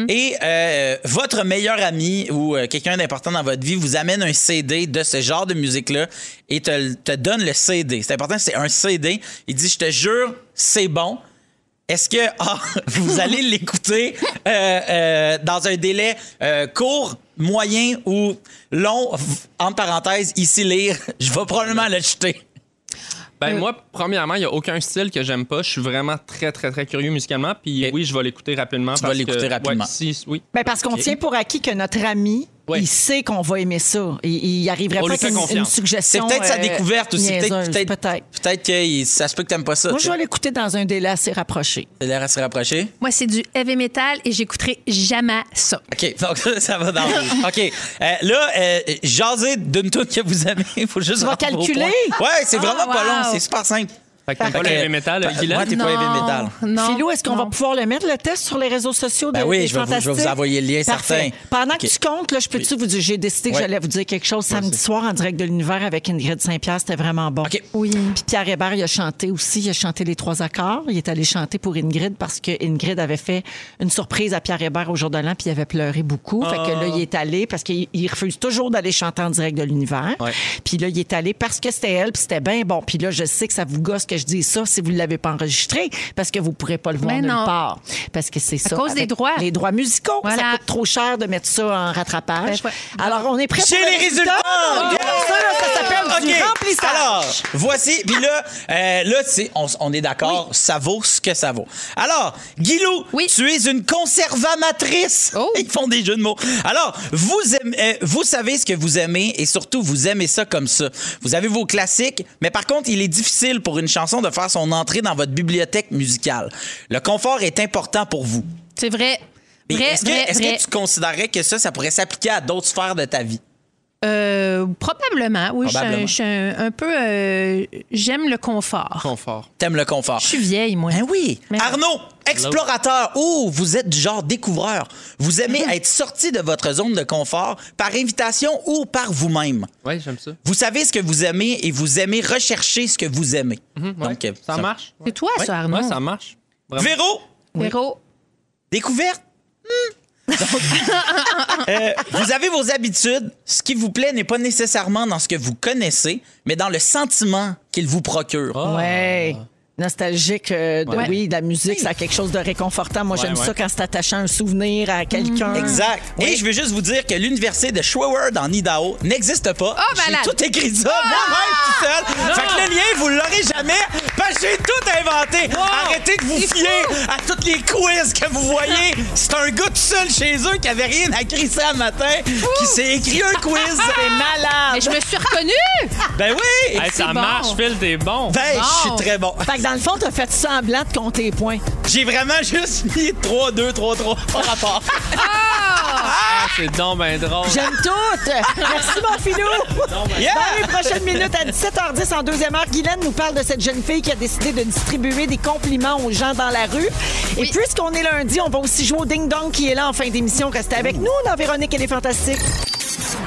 S5: Et euh, votre meilleur ami ou euh, quelqu'un d'important dans votre vie vous amène un CD de ce genre de musique-là et te, le- te donne le CD. C'est important, c'est un CD. Il dit, je te jure, c'est bon. Est-ce que A, vous allez l'écouter euh, euh, dans un délai euh, court, moyen ou long? Entre parenthèses, ici lire, je vais probablement le jeter.
S1: Euh.
S3: Ben moi, premièrement, il n'y a aucun style que j'aime pas. Je suis vraiment très, très, très curieux musicalement. Puis oui, je vais l'écouter rapidement.
S5: vas
S3: parce
S5: l'écouter
S3: que-
S5: rapidement.
S3: Ouais, si- oui.
S2: Ben parce qu'on
S5: OK.
S2: tient pour acquis que notre ami,
S3: Ouais.
S2: il sait qu'on va aimer ça. Il, il arriverait
S3: On
S2: pas
S3: lui
S2: avec
S3: fait
S2: une,
S3: confiance.
S2: une
S5: C'est
S2: suggestion.
S5: peut-être sa
S2: euh,
S5: découverte aussi. Peut-être
S2: niaiseuse,
S5: peut-être
S2: peut-être.
S5: peut-être que il- ça se peut que t'aimes pas ça.
S2: Moi,
S5: tu
S2: je
S5: sais.
S2: vais l'écouter dans un délai assez rapproché.
S5: T'as l'air à se rapprocher.
S1: Moi, c'est du heavy metal et j'écouterai jamais ça.
S5: OK, donc ça va dans le- OK. Euh, là, euh, jaser d'une toute que vous aimez, il faut juste
S2: vas
S5: rendre vos
S2: calculer?
S5: points. Ouais, c'est
S1: Ah,
S5: vraiment pas
S1: wow.
S5: long, c'est super simple.
S3: Fait que t'aimes
S5: Fait
S3: pas
S5: que-
S3: le heavy metal,
S5: Moi,
S3: Guylaine?
S5: t'es pas heavy metal.
S1: Non.
S2: Philou, est-ce qu'on
S1: non.
S2: va pouvoir le mettre, le test, sur les réseaux sociaux de
S5: Ben oui,
S2: des
S5: je vais vous- je vais vous
S2: Fantastiques?
S5: envoyer le lien,
S2: Parfait.
S5: certain.
S2: Pendant que
S5: OK.
S2: tu comptes, là, je peux-tu vous dire, j'ai décidé que
S5: Ouais.
S2: j'allais vous dire quelque chose samedi soir en direct de l'univers avec Ingrid Saint-Pierre. C'était vraiment bon.
S5: OK.
S2: Oui. Puis Pierre Hébert, il a chanté aussi. Il a chanté les trois accords. Il est allé chanter pour Ingrid parce que Ingrid avait fait une surprise à Pierre Hébert au jour de l'an, puis il avait pleuré beaucoup. Fait
S5: Ah.
S2: que là, il est allé parce qu'il il refuse toujours d'aller chanter en direct de l'univers. Puis là, il est allé parce que c'était elle, puis c'était bien bon. Puis là, je sais que ça vous gosse que je dise ça si vous ne l'avez pas enregistré parce que vous ne pourrez pas le voir
S1: Mais
S2: nulle
S1: non.
S2: part. Parce que c'est ça.
S1: cause des
S2: avec
S1: droits.
S2: Les droits musicaux. Ça
S1: Voilà.
S2: coûte trop cher de mettre ça en rattrapage.
S1: Ben, ouais.
S2: Alors, on est prêt
S5: J'ai
S2: pour
S5: les
S2: le
S5: résultats! Ah,
S2: résultat. Ça, là, ça s'appelle du
S5: OK.
S2: remplissage.
S5: Alors, voici. Puis là, euh, là c'est- on, on est d'accord, ça vaut ce que ça vaut. Alors, Guilou,
S1: Oui.
S5: tu es une conservamatrice.
S1: Oh.
S5: Ils font des jeux de mots. Alors, vous, aimez- euh, vous savez ce que vous aimez et surtout, vous aimez ça comme ça. Vous avez vos classiques, mais par contre, il est difficile pour une chanson de faire son entrée dans votre bibliothèque musicale. Le confort est important pour vous.
S1: C'est vrai.
S5: Mais
S1: Vrai,
S5: Est-ce que,
S1: vrai,
S5: est-ce que
S1: vrai.
S5: tu considérais que ça, ça pourrait s'appliquer à d'autres sphères de ta vie?
S1: Euh, probablement, oui.
S5: Probablement.
S1: Je suis un, je suis un- un peu. euh, J'aime le confort.
S3: Confort.
S5: T'aimes le confort.
S1: Je suis vieille, moi.
S5: Ben oui.
S1: Mais-
S5: Arnaud, explorateur. Oh, vous êtes du genre découvreur. Vous
S3: Mhm.
S5: aimez être sorti de votre zone de confort par invitation ou par vous-même.
S3: Oui, j'aime ça.
S5: Vous savez ce que vous aimez et vous aimez rechercher ce que vous aimez.
S3: Mhm, Ouais.
S5: Donc, euh,
S3: ça marche.
S1: C'est toi, ça, Arnaud.
S3: Ouais, ça marche. Vraiment.
S5: Véro,
S1: Véro.
S5: découverte. Hmm. Donc, euh, vous avez vos habitudes. Ce qui vous plaît n'est pas nécessairement dans ce que vous connaissez, mais dans le sentiment qu'il vous procure.
S2: Ouais. Nostalgique, euh, de,
S3: Ah. Ouais.
S2: oui, de la musique, ça a quelque chose de réconfortant. Moi, j'aime
S3: ouais. Mm-hmm.
S2: ça quand c'est attaché à un souvenir, à
S1: Mm.
S2: quelqu'un.
S5: Exact. Et je veux juste vous dire que l'université de Schweward en Idaho n'existe pas.
S1: Oh,
S5: j'ai
S1: malade. Ah!
S5: tout écrit ça moi-même tout seul. Fait que le lien, vous l'aurez jamais parce que j'ai tout inventé. Arrêtez de vous fier à toutes les quiz que vous voyez. C'est un gars tout seul chez eux qui avait rien à crier ça le matin qui s'est écrit un quiz. C'est
S1: Mais
S5: malade.
S1: je me suis reconnue!
S5: Ben oui.
S3: Hey, ça
S1: C'est bon.
S3: marche, Phil, t'es bon.
S5: Ben, je
S1: Wow.
S5: suis très bon.
S2: Fait que dans le fond, t'as fait semblant de compter les points.
S5: J'ai vraiment juste mis 3, 2, 3, 3 par rapport.
S1: Ah!
S3: C'est donc ben drôle.
S2: J'aime tout! Merci, mon filou! Dans les prochaines minutes, à 17h10, en deuxième heure, Guylaine nous parle de cette jeune fille qui a décidé de distribuer des compliments aux gens dans la rue. Et puisqu'on est lundi, on va aussi jouer au Ding Dong qui est là en fin d'émission. Restez avec nous dans Véronique, elle est fantastique.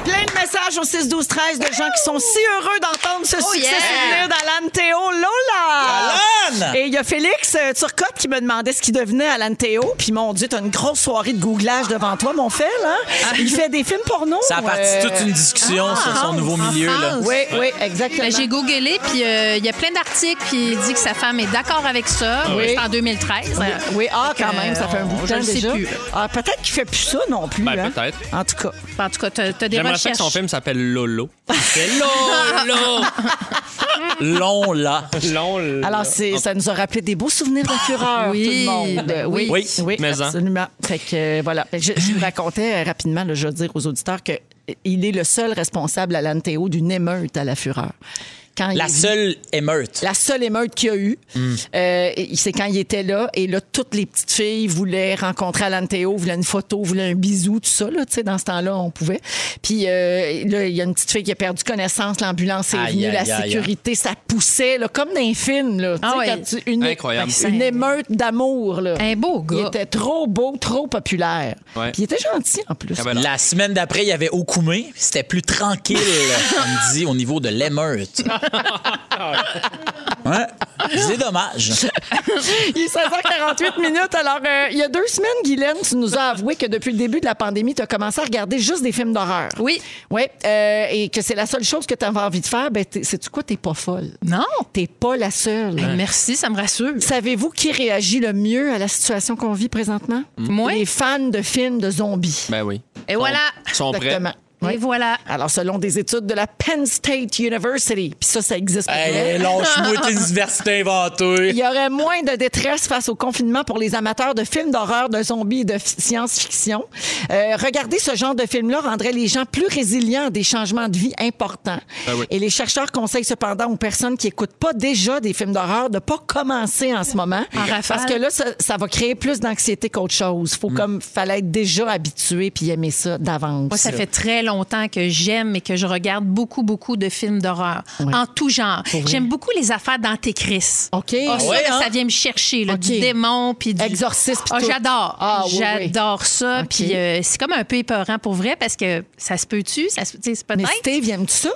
S2: Plein de messages au 6 12 13 de gens qui sont si heureux d'entendre ce succès
S1: yeah!
S2: souvenir d'Alan Théo Lola.
S5: Alan!
S2: Et il y a Félix euh, Turcotte qui me demandait ce qu'il devenait Alan Théo. Puis mon Dieu, t'as une grosse soirée de googlage devant toi, mon fel. Hein? Il fait des films porno.
S5: Ça a parti
S2: euh,
S5: toute une discussion sur son
S1: France,
S5: nouveau
S1: en
S5: milieu. Là.
S1: France.
S2: Oui, oui, exactement.
S1: Ben, j'ai googlé, puis euh, il y a plein d'articles qui dit que sa femme est d'accord avec ça.
S5: Ah
S2: oui.
S1: C'est en 2013.
S2: Oui, ah,
S1: Fait que,
S2: quand même, ça fait un bout
S1: on-
S2: de
S1: je
S2: temps
S1: le sais
S2: déjà.
S1: plus.
S2: Ah, peut-être qu'il fait plus ça non plus.
S3: Ben,
S2: hein.
S3: peut-être.
S2: En tout cas.
S1: En tout cas, t'as, t'as des
S3: J'aimerais ça que
S1: recherches.
S3: son film s'appelle Lolo. C'est Lolo!
S1: ah.
S5: Long là.
S3: Lolo.
S2: Alors, c'est, ça nous a rappelé des beaux souvenirs de fureur,
S1: Oui,
S2: tout le monde.
S1: ben
S2: oui,
S1: oui.
S2: oui,
S3: mais en.
S2: absolument. Fait que, euh, voilà. Fait que Je, je vous racontais euh, rapidement, là, je veux dire aux auditeurs, que euh, il est le seul responsable à l'Anteo d'une émeute à la fureur. Quand il est
S5: La
S2: venu-
S5: seule émeute.
S2: la seule émeute qu'il y a eu,
S5: Mm.
S2: euh, et- c'est quand il était là. Et là, toutes les petites filles voulaient rencontrer Alan Théo, voulaient une photo, voulaient un bisou, tout ça. Là, tu sais, dans ce temps-là, on pouvait. Puis euh, là, il y a une petite fille qui a perdu connaissance. L'ambulance est
S5: Aïe,
S2: venue,
S5: aïe,
S2: la
S5: aïe, aïe.
S2: sécurité, ça poussait, là, comme dans un film. Là, Tu sais,
S1: Ah ouais.
S2: quand tu- une,
S3: Incroyable.
S2: une émeute d'amour. là.
S1: Un beau
S2: Il
S1: gars.
S2: était trop beau, trop populaire.
S3: Ouais.
S2: Puis il était gentil en plus.
S3: Ah ben non.
S5: La semaine d'après, il y avait Okoumé. C'était plus tranquille, on me dit, au niveau de l'émeute. Ouais. C'est dommage.
S2: Il est 16h48 minutes. Alors, euh, il y a deux semaines, Guylaine, tu nous as avoué que depuis le début de la pandémie, tu as commencé à regarder juste des films d'horreur.
S1: Oui.
S2: Oui. euh, et que c'est la seule chose que tu avais envie de faire. Ben, t'es- sais-tu quoi? T'es pas folle.
S1: Non.
S2: T'es pas la seule.
S1: Ben, Merci, ça me rassure.
S2: Savez-vous qui réagit le mieux à la situation qu'on vit présentement?
S1: Moi?
S2: Les fans de films de zombies.
S3: Ben oui.
S1: Et
S3: Sont-
S1: voilà.
S3: Sont prêts.
S2: Exactement.
S1: Et
S2: Oui.
S1: voilà.
S2: Alors, selon des études de la Penn State University, puis ça, ça existe. pour vrai.
S5: Hey, lâche-moi tes universités
S2: Il
S5: inventées.
S2: y aurait moins de détresse face au confinement pour les amateurs de films d'horreur, de zombies et de f- science-fiction. Euh, regarder ce genre de film-là rendrait les gens plus résilients à des changements de vie importants. Et les chercheurs conseillent cependant aux personnes qui n'écoutent pas déjà des films d'horreur de pas commencer en ce moment.
S1: En rafale.
S2: Parce que là, ça, ça va créer plus d'anxiété qu'autre chose. Faut comme, fallait être déjà habitué puis aimer ça d'avance.
S1: Moi, ça fait très longtemps que j'aime et que je regarde beaucoup, beaucoup de films d'horreur, en tout genre. J'aime beaucoup les affaires d'antéchrist.
S2: OK.
S1: Ah, ça,
S5: ouais,
S1: là,
S5: hein?
S1: ça vient me chercher, là,
S2: OK.
S1: du démon, puis du...
S2: Exorciste, puis
S1: Ah,
S2: tout.
S1: j'adore.
S2: Ah, oui, oui.
S1: j'adore ça.
S2: OK.
S1: Puis euh, c'est comme un peu épeurant pour vrai, parce que ça se peut-tu? Ça se... tu sais, c'est
S2: Mais
S1: peut-être...
S2: Steve, aimes-tu ça?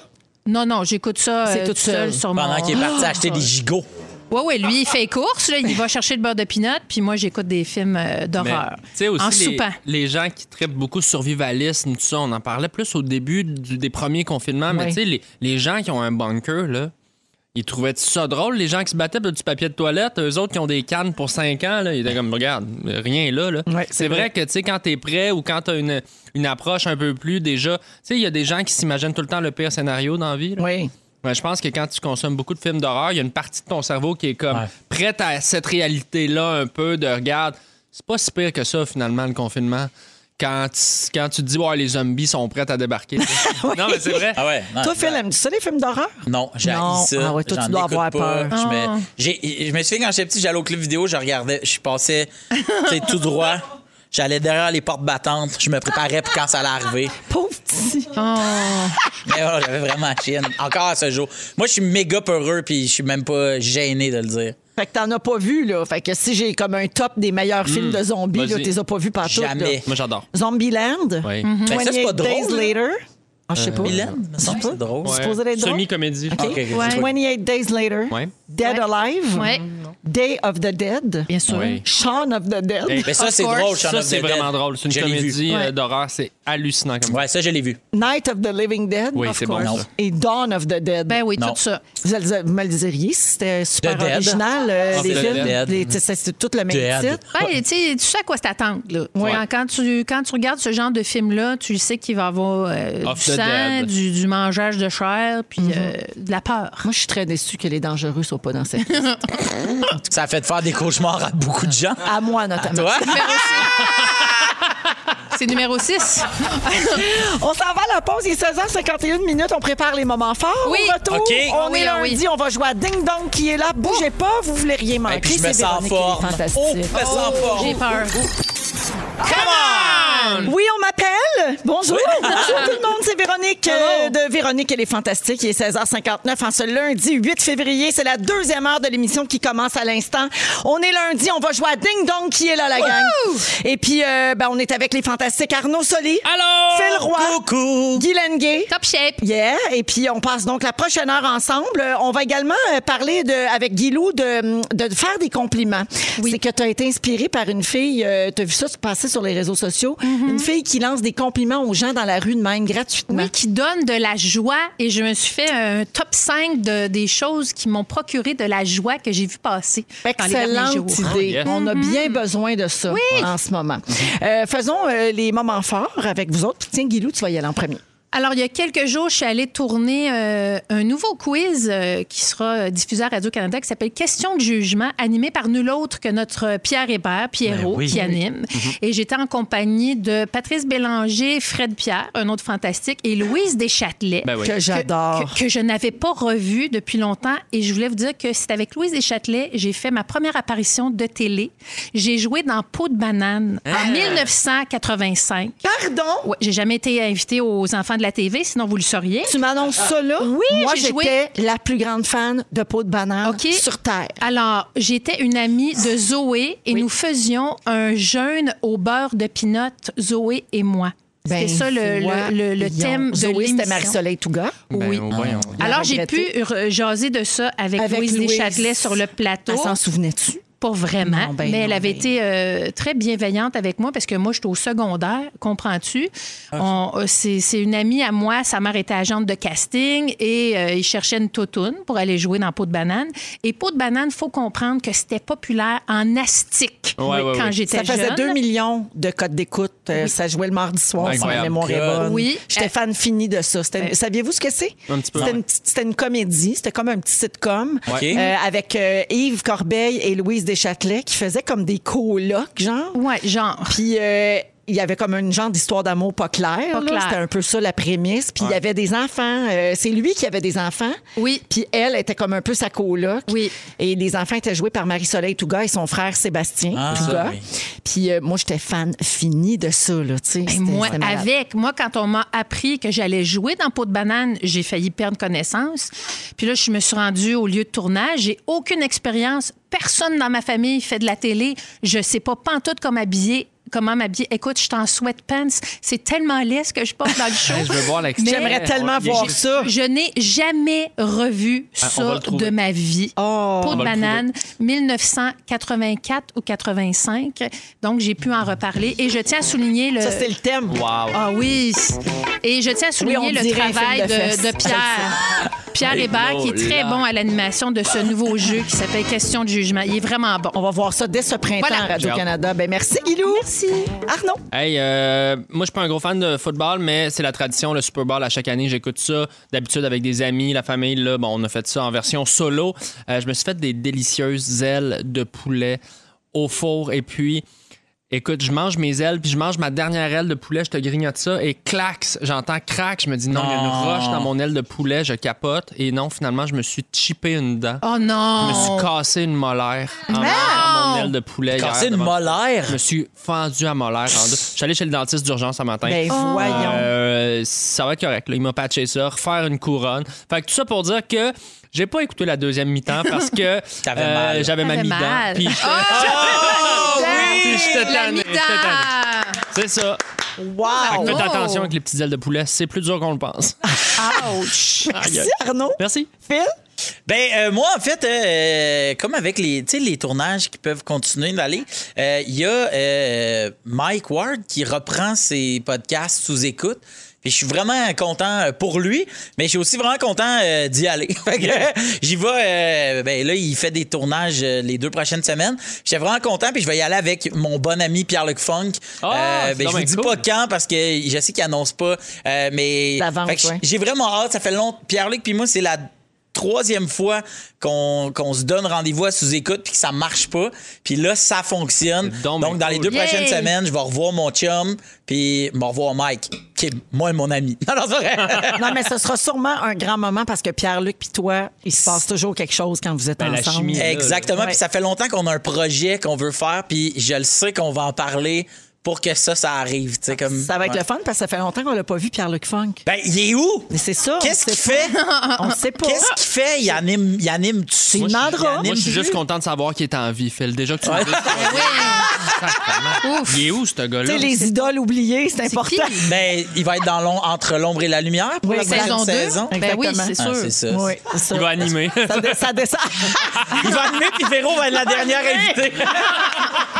S1: Non, non, j'écoute ça
S2: C'est
S1: euh,
S2: toute
S1: toute seule
S2: seule.
S1: sur mon...
S5: Pendant qu'il est parti acheter des gigots.
S1: Oui, oui, lui, il fait course, là, il va chercher le beurre de pinot, puis moi, j'écoute des films euh,
S3: Mais,
S1: d'horreur.
S3: tu sais,
S1: en
S3: aussi, les,
S1: soupant.
S3: les gens qui traitent beaucoup survivalisme, tout ça, on en parlait plus au début du- des premiers confinements, mais
S2: Oui.
S3: tu sais, les, les gens qui ont un bunker, là, ils trouvaient ça drôle, les gens qui se battaient pour du papier de toilette, eux autres qui ont des cannes pour 5 ans, là, ils étaient comme, regarde, rien là. là.
S2: Ouais, c'est
S3: c'est vrai que, tu sais, quand t'es prêt ou quand t'as une, une approche un peu plus déjà, tu sais, il y a des gens qui s'imaginent tout le temps le pire scénario dans la vie. là.
S2: Oui.
S3: Ouais, Ben, je pense que quand tu consommes beaucoup de films d'horreur, il y a une partie de ton cerveau qui est comme
S5: Ouais.
S3: prête à cette réalité-là un peu de regarde. C'est pas si pire que ça finalement le confinement. Quand tu, quand tu te dis ouais les zombies sont prêts à débarquer. non mais c'est vrai.
S5: Ah ouais. non,
S2: Toi, Phil, aimes-tu ça, les films d'horreur?
S5: Non, j'ai
S2: Non.
S5: haï ça.
S2: Ah ouais, toi, tu
S5: J'en
S2: dois
S5: écoute
S2: avoir
S5: pas.
S2: peur. Ah.
S5: Je me, j'ai- je me souviens quand j'étais petit, j'allais au club vidéo, je regardais, je passais tu sais, tout droit. J'allais derrière les portes battantes, je me préparais pour quand ça allait arriver.
S2: Pauvre petit.
S1: Oh.
S5: Mais ouais, j'avais vraiment la chienne. Encore à ce jour. Moi, je suis méga peureux, puis je suis même pas gêné de le dire.
S2: Fait que t'en as pas vu, là. Fait que si j'ai comme un top des meilleurs films de zombies, là,
S3: vas-y.
S2: t'es pas vu partout.
S5: Mm. Jamais.
S2: Là.
S3: Moi j'adors.
S2: Zombieland.
S3: Oui.
S5: Ben, ça, c'est pas
S2: 28 Mm-hmm. Days
S5: drôle. là. Euh,
S2: Later. Ah, je sais pas.
S5: Milan, me semble que c'est drôle.
S2: Ouais. supposé être drôle?
S3: Semi-comédie. je
S2: OK.
S3: pense.
S5: Ok, ok,
S1: Ouais.
S2: 28 Days Later.
S3: Ouais.
S2: Dead Alive.
S1: Oui,
S2: Day of the Dead.
S1: bien sûr.
S3: Ouais.
S2: Shaun of the Dead.
S5: Mais Ben, ça,
S1: Of
S5: c'est
S1: course.
S5: drôle, Shaun
S3: Ça
S5: of the
S3: c'est
S5: Dead.
S3: vraiment drôle. C'est
S5: Je
S3: une
S5: l'ai vu.
S3: comédie
S1: Ouais.
S3: euh, d'orreur, c'est hallucinant comme
S5: Ouais, ça, je l'ai vu.
S2: Night of the Living Dead.
S3: Oui,
S1: Of
S3: c'est bon.
S1: course.
S3: ça.
S2: Et Dawn of the Dead.
S1: Ben oui,
S5: Non.
S1: tout ça.
S2: Vous, allez- vous me le diriez si c'était super
S5: The Dead.
S2: original, euh,
S5: Of
S2: les
S5: the
S2: films.
S5: Dead.
S2: Les- c'est- C'est tout le même
S5: Dead.
S2: titre.
S1: Ben, tu sais, tu sais à quoi t'attendre. Là.
S2: Ouais.
S1: Quand, quand tu, quand tu regardes ce genre de film-là, tu sais qu'il va y avoir euh,
S3: Off
S1: du sang,
S3: the dead. Mm-hmm.
S1: du, du mangeage de chair, puis euh, de la peur.
S2: Moi, je suis très déçue que les dangereux soient pas dans cette liste.
S5: Ça a fait faire des cauchemars à beaucoup de gens.
S2: À moi, notamment.
S5: Toi?
S1: C'est numéro 6. Ah.
S2: On s'en va à la pause, il est 16h51 minutes, on prépare les moments forts.
S1: Oui.
S2: Au retour,
S5: OK.
S2: on
S1: Oui,
S2: est
S1: ah
S2: lundi,
S1: oui.
S2: on va jouer à Ding Dong qui est là. Bougez pas, vous voulez rien manquer.
S5: Et puis je me
S2: Ah, c'est
S5: sens en
S2: Véronique, elle est
S5: forme.
S2: fantastique. Oh,
S5: Oh, je me sens en forme.
S1: J'ai peur.
S5: Hum.
S2: Oui, on m'appelle.
S9: Bonjour! Bonjour tout le monde, c'est Véronique euh, de Véronique et les Fantastiques. Il est 16h59 en ce lundi 8 février. C'est la deuxième heure de l'émission qui commence à l'instant. On est lundi, on va jouer à Ding Dong qui est là, la gang. Et puis, euh, ben, on est avec les Fantastiques Arnaud Soli,
S3: Allô?
S9: Phil Roy, Guy Lenguet.
S1: Top shape.
S9: Yeah, et puis on passe donc la prochaine heure ensemble. Euh, On va également euh, parler de, avec Guilou de, de faire des compliments. C'est que tu as été inspiré par une fille, tu as vu ça se passer sur les réseaux sociaux, une fille qui lance des compliments aux gens dans la rue de même gratuitement.
S1: Mm-hmm. Oui, qui donne de la joie. Et je me suis fait un top 5 de, des choses qui m'ont procuré de la joie que j'ai vu passer dans les derniers jours.
S9: Excellente idée.
S3: Ah, yes.
S9: On a bien
S1: Mm-hmm.
S9: besoin de ça en ce moment. Euh, faisons euh, les moments forts avec vous autres. Tiens, Guilou, tu vas y aller en premier.
S1: Alors, il y a quelques jours, je suis allée tourner euh, un nouveau quiz euh, qui sera euh, diffusé à Radio-Canada qui s'appelle Question de jugement, animé par nul autre que notre euh, Pierre Hébert, Pierrot,
S5: Ben oui.
S1: qui anime. Et j'étais en compagnie de Patrice Bélanger, Fred Pierre, un autre fantastique, et Louise Deschâtelet.
S3: Ben oui.
S9: Que j'adore.
S1: Que, que je n'avais pas revu depuis longtemps. Et je voulais vous dire que c'est avec Louise Deschâtelet, j'ai fait ma première apparition de télé. J'ai joué dans Peau de banane en 1985.
S9: Pardon?
S1: Ouais, j'ai jamais été invitée aux enfants de la TV, sinon vous le sauriez.
S9: Tu m'annonces ça là?
S1: Oui,
S9: Moi,
S1: j'ai joué.
S9: j'étais la plus grande fan de peau de banane
S1: OK.
S9: sur Terre.
S1: Alors, j'étais une amie de Zoé et nous faisions un jeûne au beurre de pinot, Zoé et moi.
S9: Ben,
S1: C'était ça le, le- le- le thème de
S9: Zoé, c'était
S1: l'émission.
S9: Marie-Soleil Touga.
S3: Ben,
S1: oui.
S3: voyons.
S1: Alors, j'ai pu
S9: regretté.
S1: re- jaser de ça avec,
S9: Avec
S1: Louise
S9: Louise.
S1: Deschâtelet sur le plateau.
S9: Elle s'en souvenait-tu?
S1: Pas vraiment,
S9: Non, ben
S1: mais elle
S9: non,
S1: avait
S9: ben.
S1: été euh, très bienveillante avec moi parce que moi, j'étais au secondaire, comprends-tu?
S9: Ah.
S1: On- euh, C'est c'est une amie à moi, sa mère était agente de casting et euh, ils cherchaient une toutoune pour aller jouer dans Peau de banane. Et Peau de banane, faut comprendre que c'était populaire en astique
S3: Ouais, ouais,
S1: quand
S3: ouais.
S1: j'étais
S9: Ça faisait
S1: jeune.
S9: 2 millions de codes d'écoute. Euh, Ça jouait le mardi soir, si ma
S3: Incroyable.
S9: mémoire est bonne.
S1: Oui.
S9: J'étais
S1: Euh,
S9: fan fini de ça. C'était une-
S1: euh,
S9: Saviez-vous ce que c'est?
S3: Un petit peu,
S9: C'était
S3: ouais.
S9: une, petite- c'était une comédie. C'était comme un petit sitcom
S5: OK.
S9: euh, avec euh, Yves Corbeil et Louise Deschâtelet qui faisaient comme des colocs, genre.
S1: Ouais, genre.
S9: Puis euh, il y avait comme une genre d'histoire d'amour pas claire.
S1: Pas
S9: là.
S1: claire.
S9: C'était un peu ça la prémisse. Puis il y avait des enfants. Euh, c'est lui qui avait des enfants.
S1: Oui.
S9: Puis elle était comme un peu sa coloc.
S1: Oui.
S9: Et les enfants étaient joués par Marie-Soleil Touga et son frère Sébastien
S5: Ah,
S9: Touga.
S5: ça, oui.
S9: Puis euh, moi, j'étais fan fini de ça. Là, tu sais.
S1: Ben,
S9: C'était-
S1: moi,
S9: c'était malade.
S1: avec. Moi, quand on m'a appris que j'allais jouer dans Peau de banane, j'ai failli perdre connaissance. Puis là, je me suis rendue au lieu de tournage. J'ai aucune expérience. Personne dans ma famille fait de la télé. Je sais pas pantoute comme habiller. Comment m'habiller? Écoute, je suis en sweatpants. C'est tellement laid ce que je porte dans le show.
S3: Hey, je veux voir l'extrait.
S9: J'aimerais tellement
S3: Il est
S9: voir
S3: juste-
S9: ça.
S1: Je n'ai jamais revu
S3: Ah, on va
S1: ça
S3: le trouver. Ah,
S1: de ma vie.
S9: Oh.
S1: Peau
S3: On
S1: de
S3: va le trouver.
S1: banane, 1984 ou 85. Donc, j'ai pu en reparler. Et je tiens à souligner le...
S9: Ça, c'était le thème.
S3: Wow.
S1: Ah oui. Et je tiens à souligner
S9: Oui, on
S1: le
S9: dirait un
S1: travail
S9: film de
S1: de,
S9: fesses.
S1: de Pierre. Pierre Hébert, qui est très
S5: là.
S1: bon à l'animation de ce nouveau jeu qui s'appelle Question de jugement. Il est vraiment bon.
S9: On va voir ça dès ce printemps
S1: Voilà.
S9: à Radio-Canada. Ben, merci, Guilou. Merci. Arnaud.
S3: Hey, euh, moi, je suis pas un gros fan de football, mais c'est la tradition, le Super Bowl à chaque année. J'écoute ça d'habitude avec des amis, la famille. Là, bon, on a fait ça en version solo. Euh, je me suis fait des délicieuses ailes de poulet au four et puis. Écoute, je mange mes ailes, puis je mange ma dernière aile de poulet, je te grignote ça, et clax, j'entends crack, je me dis non, il y a
S5: Non.
S3: une roche dans mon aile de poulet, je capote, et non, finalement, je me suis chippé une dent.
S1: Oh
S3: Je me
S1: non!
S3: suis cassé une molaire en mangeant mon aile de poulet. hier
S5: Casser une
S3: devant-
S5: molaire.
S3: je me suis fendu à molaire en deux. Je suis allé chez le dentiste d'urgence ce matin.
S9: Ben, voyons.
S3: Euh, ça va être correct. là. Il m'a patché ça, refaire une couronne. Fait que tout ça pour dire que j'ai pas écouté la deuxième mi-temps parce que euh,
S5: T'avais mal.
S3: j'avais ma
S1: T'avais
S3: mi-dent.
S1: mal.
S3: Puis j'étais- Ah, Puis j'étais
S1: La
S3: tanné,
S1: mi
S3: j'étais tanné. C'est ça. Fait que
S9: Wow.
S1: Oh.
S3: faites attention avec les petites ailes de poulet. C'est plus dur qu'on le pense.
S9: Ouch.
S3: Aïe,
S9: Merci,
S3: aïe.
S9: Arnaud.
S3: Merci.
S9: Phil.
S5: Ben, euh, moi, en fait, euh, comme avec les, tu sais, les tournages qui peuvent continuer d'aller, euh, il y a euh, Mike Ward qui reprend ses podcasts sous écoute. Puis je suis vraiment content euh, pour lui, mais je suis aussi vraiment content euh, d'y aller. Fait que, euh, J'y vais. euh, ben là, il fait des tournages euh, les deux prochaines semaines. J'étais vraiment content, puis je vais y aller avec mon bon ami Pierre-Luc Funk.
S3: Ah, c'est
S5: ben, je vous
S3: donc
S5: dis
S3: cool.
S5: pas quand parce que je sais qu'il annonce pas, euh, mais
S9: D'avance,
S5: Fait que
S9: ouais.
S5: j'ai vraiment hâte. Ça fait longtemps. Pierre-Luc puis moi, c'est la troisième fois qu'on qu'on se donne rendez-vous à sous-écoute puis que ça marche pas. Puis là, ça fonctionne.
S3: C'est donc
S5: Donc,
S3: bien
S5: dans les
S3: cool.
S5: deux
S1: Yay!
S5: prochaines semaines, je vais revoir mon chum puis je vais revoir Mike, qui est moi et mon ami. Non, non, c'est vrai.
S9: Non, mais ce sera sûrement un grand moment parce que Pierre-Luc puis toi, il se passe toujours quelque chose quand vous êtes
S3: Ben, la
S9: ensemble.
S3: chimie.
S5: Exactement. Puis ça fait longtemps qu'on a un projet qu'on veut faire puis je le sais qu'on va en parler pour que ça, ça arrive. tu sais, Comme,
S2: Ça va être
S5: Mm. Ouais.
S2: le fun parce que ça fait longtemps qu'on l'a pas vu, Pierre-Luc Funk.
S5: Ben, il est où?
S2: Mais c'est ça. on
S5: Qu'est-ce
S2: sait
S5: qu'il fait?
S2: pas. On ne sait pas.
S5: Qu'est-ce qu'il fait? Il anime, il anime tout
S2: C'est une Mandra.
S3: Moi, je suis juste content de savoir qu'il est en vie, Phil. Déjà que tu me dis. Ah, Sacrement. Il est où, ce
S2: Tu
S3: gars-là?
S2: sais, les idoles oubliées, c'est important.
S5: Ben, il va être dans l'om- entre l'ombre et la lumière pour
S2: Oui,
S5: la prochaine
S1: Saison 2.
S5: saison.
S1: Ben oui, c'est
S5: Ah,
S1: sûr.
S5: c'est ça.
S2: Oui, c'est ça.
S3: Il va animer.
S2: Ça, dé- ça descend.
S5: Il va animer, puis Véro va être la dernière invitée.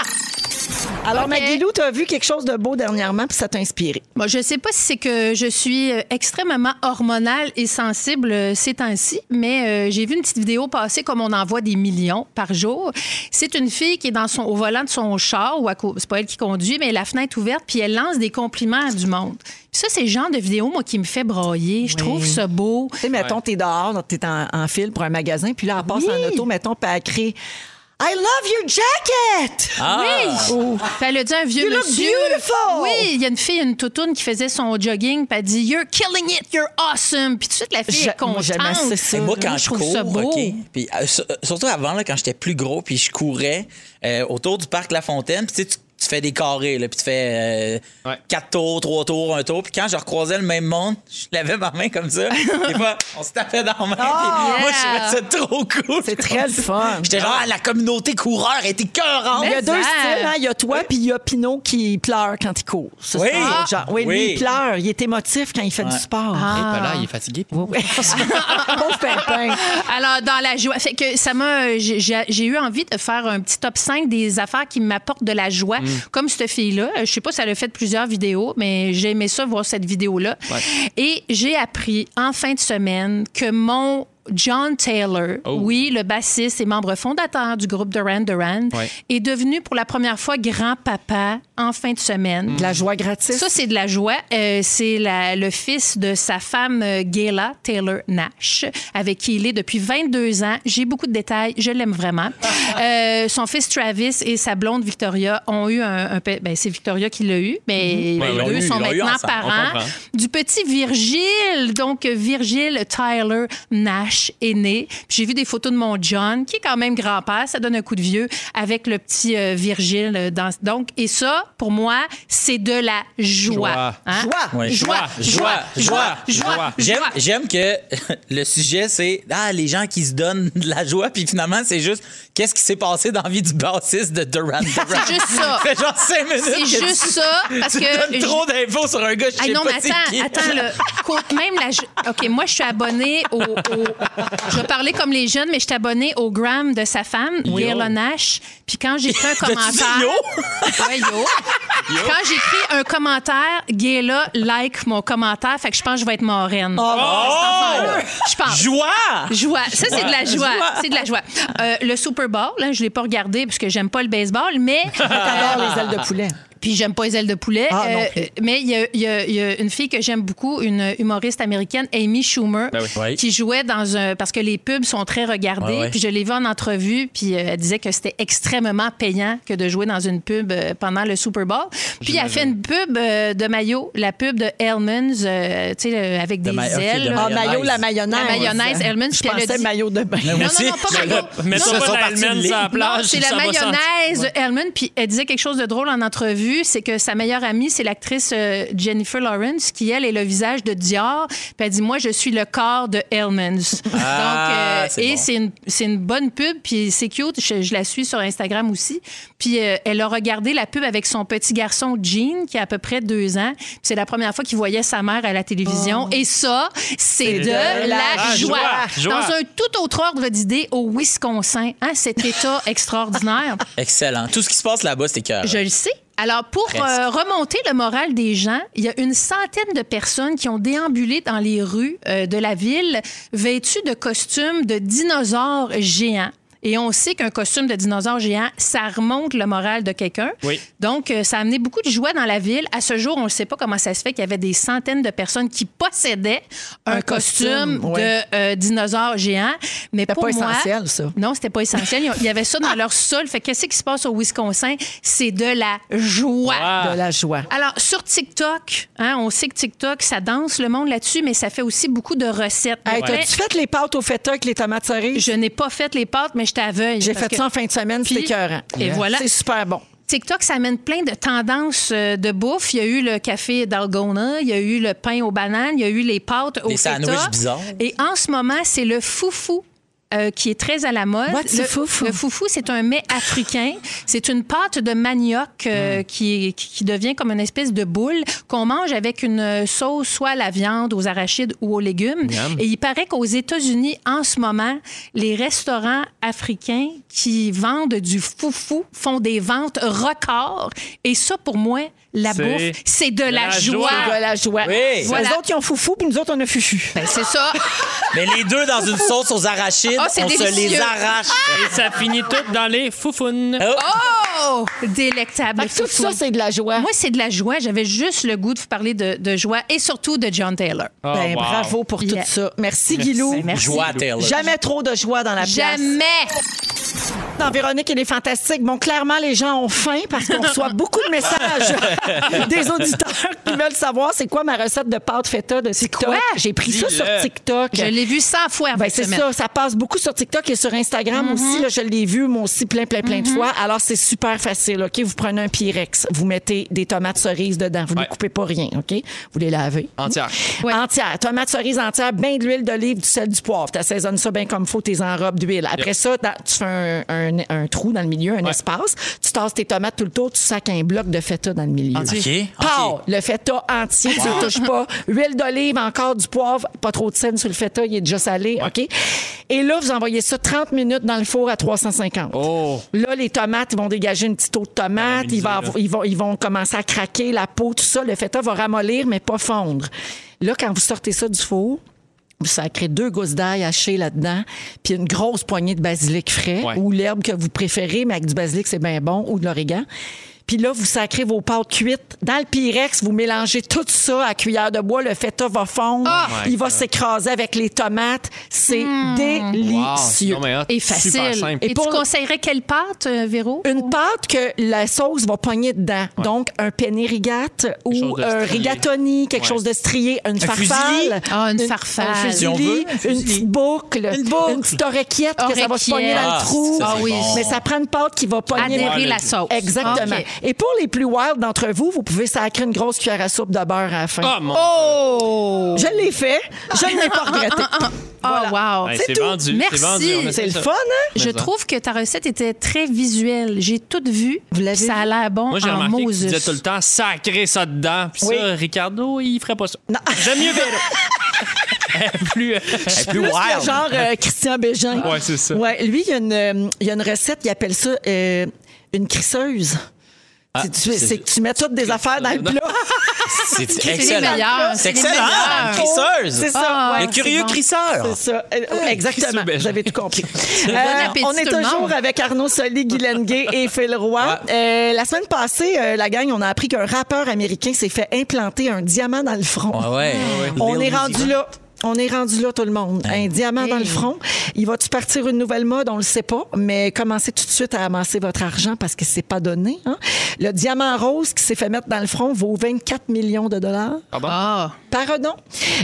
S2: Alors, Maguilou, tu as vu quelque chose de beau dernièrement, puis ça t'a inspiré.
S1: Moi, je sais pas si c'est que je suis euh, extrêmement hormonale et sensible euh, ces temps-ci, mais euh, j'ai vu une petite vidéo passer comme on en voit des millions par jour. C'est une fille qui est dans son, au volant de son char, ou à co- c'est pas elle qui conduit, mais la fenêtre ouverte, puis elle lance des compliments à du monde. Puis ça, c'est le genre de vidéo, moi, qui me fait broyer. Je trouve ça beau.
S2: Tu sais, mettons, t'es dehors, t'es en, en file pour un magasin, puis là, elle passe en auto, mettons, puis elle crie I love your jacket!
S5: Ah!
S1: Oui! Puis elle a dit à un vieux
S2: Ah! You look
S1: monsieur.
S2: beautiful!
S1: Oui, il y a une fille, une toutoune qui faisait son jogging, puis elle dit You're killing it, you're awesome. Puis tout de suite, la fille
S2: Je-
S1: est
S2: moi,
S1: contente.
S2: j'aime assez ça.
S5: Et moi, quand
S1: Oui,
S5: je,
S1: je trouve
S5: cours,
S1: ça beau.
S5: OK, puis, euh, sur- euh, surtout avant, là, quand j'étais plus gros, puis je courais euh, autour du parc La Fontaine, puis tu, sais, tu- tu fais des carrés, là, puis tu fais euh,
S3: Ouais.
S5: quatre tours, trois tours, un tour. Puis quand je recroisais le même monde, je levais ma main comme ça. Des fois, on se tapait dans la main. puis Moi,
S1: Oh, yeah.
S5: je trouvais ça trop cool.
S2: C'est très le fun.
S5: J'étais genre, Ah, la communauté coureur était cœurante.
S2: Il y a
S1: Mais
S2: deux
S1: ça-
S2: styles, hein. Il y a toi, puis il y a Pinot qui pleure quand il court. Ça, c'est
S5: Oui.
S2: un autre genre. Oui, lui,
S5: Oui.
S2: il pleure. Il est émotif quand il fait du sport.
S1: Ah,
S3: Et puis là, il est fatigué.
S2: Pauvre Pimpin.
S1: Alors, dans la joie. Fait que ça m'a. J'ai j'ai- j'ai eu envie de faire un petit top 5 des affaires qui m'apportent de la joie, comme cette fille-là. Euh, Je sais pas si elle a fait plusieurs vidéos, mais j'ai aimé ça, voir cette vidéo-là. Et j'ai appris en fin de semaine que mon. John Taylor, oui, le bassiste et membre fondateur du groupe Duran Duran,
S3: Ouais.
S1: est devenu pour la première fois grand-papa en fin de
S9: Mm.
S1: semaine.
S2: De la joie gratuite.
S1: Ça, c'est de la joie. Euh, c'est la- le fils de sa femme euh, Gayla Taylor Nash, avec qui il est depuis 22 ans. J'ai beaucoup de détails. Je l'aime vraiment. Euh, son fils Travis et sa blonde Victoria ont eu un... un pe- ben, c'est Victoria qui l'a eu, mais
S5: Ouais, ils l'ont
S1: les deux
S5: eu,
S1: sont
S5: ils l'ont eu
S1: maintenant
S5: ensemble. Ben On
S1: parents.
S3: comprend.
S1: Du petit Virgile. Donc, euh, Virgile Tyler Nash est né. Puis J'ai vu des photos de mon John, qui est quand même grand-père. Ça donne un coup de vieux avec le petit euh, Virgile. euh, Dans... Donc, et ça, pour moi, c'est de la joie.
S3: Joie.
S1: Hein?
S2: Joie.
S5: Ouais.
S1: Joie. Joie. Joie. Joie.
S5: J'aime,
S1: Joie.
S5: j'aime que le sujet, c'est ah, les gens qui se donnent de la joie, puis finalement, c'est juste qu'est-ce qui s'est passé dans la vie du bassiste de Duran Duran.
S1: C'est juste ça.
S5: fait genre 5 minutes.
S1: C'est
S5: que
S1: juste
S5: tu-
S1: ça, parce
S5: tu
S1: que
S5: donnes trop d'infos sur un gars, je
S1: Ah
S5: sais
S1: non,
S5: pas
S1: mais
S5: c'est qui.
S1: attends, attends, là. Côte- même la. ju- OK, moi, je suis abonnée au, au- Je vais parler comme les jeunes, mais je suis abonnée au gram de sa femme, Gayle Nash. Puis quand j'ai fait un commentaire.
S5: dit
S1: Ouais, yo. Quand j'écris un commentaire, Gayla like mon commentaire, fait que je pense que je vais être marraine.
S5: Oh!
S1: Je pense.
S5: Joie!
S1: Joie. Ça, c'est de la joie. C'est de la joie. Euh, le Super Bowl, là, je ne l'ai pas regardé parce que j'aime pas le baseball, mais.
S2: T'adores les ailes de poulet.
S1: Puis j'aime pas les ailes de poulet. euh,
S2: Ah, non plus.
S1: mais il y a, il y a- il y a une fille que j'aime beaucoup, une humoriste américaine, Amy Schumer,
S3: Ben oui.
S5: Oui.
S1: qui jouait dans un. Parce que les pubs sont très regardés.
S5: Ouais, ouais.
S1: Puis je l'ai vue en entrevue, puis euh, elle disait que c'était extrêmement payant que de jouer dans une pub euh, pendant le Super Bowl. Puis elle a fait une pub euh, de maillot, la pub de Hellman's, euh, tu sais, euh, avec des
S5: ma- ok, de
S1: ailes.
S9: Ah,
S5: maillot.
S1: là.
S2: En maillot, la mayonnaise.
S1: La mayonnaise, Hellmann's,
S2: Je
S1: puis elle a
S2: pensais
S1: dit-
S2: maillot de bain.
S1: Non, non,
S5: Merci.
S1: non, pas maillot.
S3: Mais
S1: Non,
S3: ça,
S5: ça,
S3: pas
S5: partie de
S3: l'Allemagne
S5: l'île.
S3: sur la plage.
S1: non, c'est
S3: ça
S1: la
S3: va
S1: mayonnaise de Hellman. Puis elle disait quelque chose de drôle en entrevue, c'est que sa meilleure amie, c'est l'actrice euh, Jennifer Lawrence, qui, elle, est le visage de Dior. Puis elle dit, moi, je suis le corps de Hellman's.
S5: Ah,
S1: Donc, euh,
S5: c'est
S1: et
S5: bon.
S1: c'est une, c'est une bonne pub, puis c'est cute. Je, je la suis sur Instagram aussi. Puis euh, elle a regardé la pub avec son petit garçon Jean, qui a à peu près deux ans. Puis c'est la première fois qu'il voyait sa mère à la télévision. Et ça, Oh. c'est de, la, joie.
S3: joie.
S1: Dans un tout autre ordre d'idée au Wisconsin, hein, cet État extraordinaire.
S5: Excellent. Tout ce qui se passe là-bas, c'est cœur.
S1: Je le sais. Alors, pour
S5: Presque.
S1: euh, remonter le moral des gens, il y a une centaine de personnes qui ont déambulé dans les rues euh, de la ville vêtues de costumes de dinosaures géants. Et on sait qu'un costume de dinosaure géant, ça remonte le moral de quelqu'un.
S3: Oui.
S1: Donc, euh, ça a amené beaucoup de joie dans la ville. À ce jour, on ne sait pas comment ça se fait qu'il y avait des centaines de personnes qui possédaient un,
S2: Un costume,
S1: costume,
S2: ouais.
S1: de euh, dinosaure géant. Mais
S2: C'était
S1: pour
S2: pas
S1: moi,
S2: essentiel, ça. Ah!
S1: non, c'était pas essentiel. Ils ont- Il y avait ça dans leur sol. Fait que qu'est-ce qui se passe au Wisconsin? C'est de la joie.
S2: De la joie.
S1: Alors, sur TikTok, hein, on sait que TikTok, ça danse le monde là-dessus, mais ça fait aussi beaucoup de recettes.
S2: Hey,
S1: Mais
S2: T'as-tu fait les pâtes au feta avec les tomates cerises?
S1: je n'ai pas fait les pâtes, mais j'étais aveugle.
S2: J'ai
S1: parce
S2: fait
S1: que-
S2: ça en fin de semaine, c'était
S1: Puis-
S2: écœurant.
S1: Et voilà.
S2: C'est super bon.
S1: TikTok, ça amène plein de tendances euh, de bouffe. Il y a eu le café d'Algona, il y a eu le pain aux bananes, il y a eu les pâtes au
S5: Des
S1: feta.
S5: sandwichs bizarres.
S1: Et en ce moment, c'est le foufou. euh, qui est très à la mode.
S10: What's
S1: le
S10: a foufou?
S1: Le foufou, c'est un mets africain. C'est une pâte de manioc euh, qui, est- qui- qui devient comme une espèce de boule qu'on mange avec une sauce, soit à la viande, aux arachides ou aux légumes. Et il paraît qu'aux États-Unis, en ce moment, les restaurants africains qui vendent du foufou font des ventes records. Et ça, pour moi, la
S3: C'est
S1: bouffe, c'est de, la, joie.
S10: C'est de la joie.
S5: Oui.
S1: Voilà.
S9: Les autres, ils ont foufou, puis nous autres, on a fufu.
S1: Ben, c'est ça.
S5: Mais les deux dans une sauce aux arachides,
S1: Ah, c'est
S5: on se les
S1: délicieux. Ah!
S5: arrache.
S3: Et ça finit tout dans les foufounes.
S1: Oh! Délectable.
S10: Fait que tout
S1: foufou.
S10: ça, c'est de la joie.
S1: Moi, c'est de la joie. J'avais juste le goût de vous parler de, de joie et surtout de John Taylor.
S3: Oh,
S9: Ben,
S3: wow.
S9: Bravo pour
S1: Yeah.
S9: tout ça. Merci, Guilou.
S1: Ben, merci.
S5: Joie, Taylor.
S9: Jamais trop de joie dans la pièce.
S1: Jamais!
S9: Dans Véronique, elle est fantastique. Bon, clairement, les gens ont faim parce qu'on reçoit beaucoup de messages des auditeurs qui veulent savoir c'est quoi ma recette de pâte feta de TikTok.
S1: quoi?
S9: J'ai pris ça sur TikTok.
S1: Je l'ai vu 100 fois
S9: Ben,
S1: avant
S9: c'est ça, ça passe beaucoup sur TikTok et sur Instagram
S1: Mm-hmm.
S9: aussi. Là, je l'ai vu, moi aussi, plein, plein, plein de fois. Alors, c'est super facile, OK? Vous prenez un Pyrex, vous mettez des tomates cerises dedans, vous ne
S3: Ouais.
S9: coupez pas rien, OK? Vous les lavez.
S3: Entière.
S1: Ouais.
S9: Entière. Tomates cerises entières, bien de l'huile d'olive, du sel, du poivre. T'assaisonnes ça bien comme faut, tes enrobes d'huile. Après ça, dans- tu fais un, un- un trou dans le milieu, un espace. Tu tasses tes tomates tout le tour, tu sacs un bloc de feta dans le milieu.
S5: Entier?
S9: Pow!
S5: Entier.
S9: Le feta entier, tu le touches pas. Huile d'olive, encore du poivre, pas trop de scène sur le feta, il est déjà salé, OK? Et là, vous envoyez ça 30 minutes dans le four à 350.
S3: Oh.
S9: Là, les tomates ils vont dégager une petite eau de tomate, ils, vont, avoir- ils, vont, ils vont commencer à craquer la peau, tout ça. Le feta va ramollir, mais pas fondre. Là, quand vous sortez ça du four, vous sacrez deux gousses d'ail hachées là-dedans, puis une grosse poignée de basilic frais
S3: Ouais.
S9: ou l'herbe que vous préférez, mais avec du basilic, c'est bien bon, ou de l'origan. Puis là, vous sacrez vos pâtes cuites. Dans le Pyrex, vous mélangez tout ça à cuillère de bois. Le feta va fondre.
S3: Ah!
S9: il va s'écraser avec les tomates. C'est
S3: Wow.
S9: délicieux.
S3: Non, mais hot.
S1: Et
S3: Super
S1: facile.
S3: simple.
S1: Et,
S9: Et pour-
S1: tu conseillerais quelle pâte, euh, Véro?
S9: Une pâte que la sauce va pogner dedans. Donc, un penne rigate ou
S3: chose de
S9: un
S3: strié.
S9: rigatoni, quelque
S3: Ouais.
S9: chose de strié, une
S5: fusilli?
S9: farfalle.
S1: Ah, une
S9: Un
S1: farfalle.
S9: fusilli,
S5: on veut, un
S9: une
S5: fusilli.
S9: petite boucle,
S5: Une boucle.
S9: petite oreillette que ça va se
S1: Oreillette.
S9: pogner dans
S5: Ah,
S9: le trou.
S5: ça,
S1: Ah oui. bon.
S9: Mais ça prend une pâte qui va pogner dans-
S1: Adhérer
S3: Ouais,
S1: la
S3: le-
S1: sauce.
S9: Exactement.
S1: OK.
S9: Et pour les plus wild d'entre vous, vous pouvez sacrer une grosse cuillère à soupe de beurre à la
S5: Ah,
S9: fin.
S3: Oh mon
S1: Oh!
S9: Je l'ai fait. Je ne l'ai pas regretté.
S1: Oh, wow!
S3: Hey,
S1: C'est
S3: c'est
S1: tout.
S3: vendu.
S1: Merci.
S3: C'est vendu. On
S9: Ben, C'est
S3: essaie
S9: le
S3: ça.
S9: fun, hein?
S1: Je
S3: Mais ça.
S1: trouve que ta recette était très visuelle. J'ai tout vu.
S9: Vous l'avez
S1: ça a l'air bon
S3: Moi, j'ai
S1: en
S3: remarqué que tu
S1: Ah, Moses.
S3: disais tout le temps sacrer ça dedans. Puis
S9: Oui.
S3: ça, Ricardo, il ferait pas ça. J'aime mieux Véro. Elle est plus. euh,
S5: Elle est plus
S9: Plus le
S5: wild.
S9: genre euh, Christian Bégin.
S3: Ouais, c'est ça.
S9: Ouais, lui, il y, a une, euh, il y a une recette, il appelle ça euh, une crisseuse.
S3: Ah,
S9: C'est- tu-
S5: c'est-
S9: c'est que tu mets toutes des affaires dans le plat.
S5: C'est
S1: les
S5: excellent.
S1: meilleurs.
S5: C'est
S1: C'est les
S5: excellent.
S1: meilleurs.
S5: Une crisseuse.
S9: C'est ça.
S1: Ah,
S9: ouais.
S5: Le curieux
S1: bon.
S5: crisseur.
S9: C'est ça. Euh, Exactement.
S3: Christophe Bégin.
S9: J'avais tout compris. Euh,
S1: appétit,
S9: on est
S1: tout le
S9: toujours
S1: monde.
S9: avec Arnaud Soli, Guy Lenguet et Phil Roy. Euh, la semaine passée, euh, la gang, on a appris qu'un rappeur américain s'est fait implanter un diamant dans le front.
S5: Ah ouais.
S9: On
S5: Lil
S9: est
S5: Uzi
S9: rendu
S5: Vert.
S9: là. On est rendu là, tout le monde. Un diamant dans le front. Il va-tu partir une nouvelle mode? On le sait pas, mais commencez tout de suite à amasser votre argent parce que c'est pas donné. hein. Le diamant rose qui s'est fait mettre dans le front vaut 24 millions de dollars.
S1: Ah,
S9: Pardon.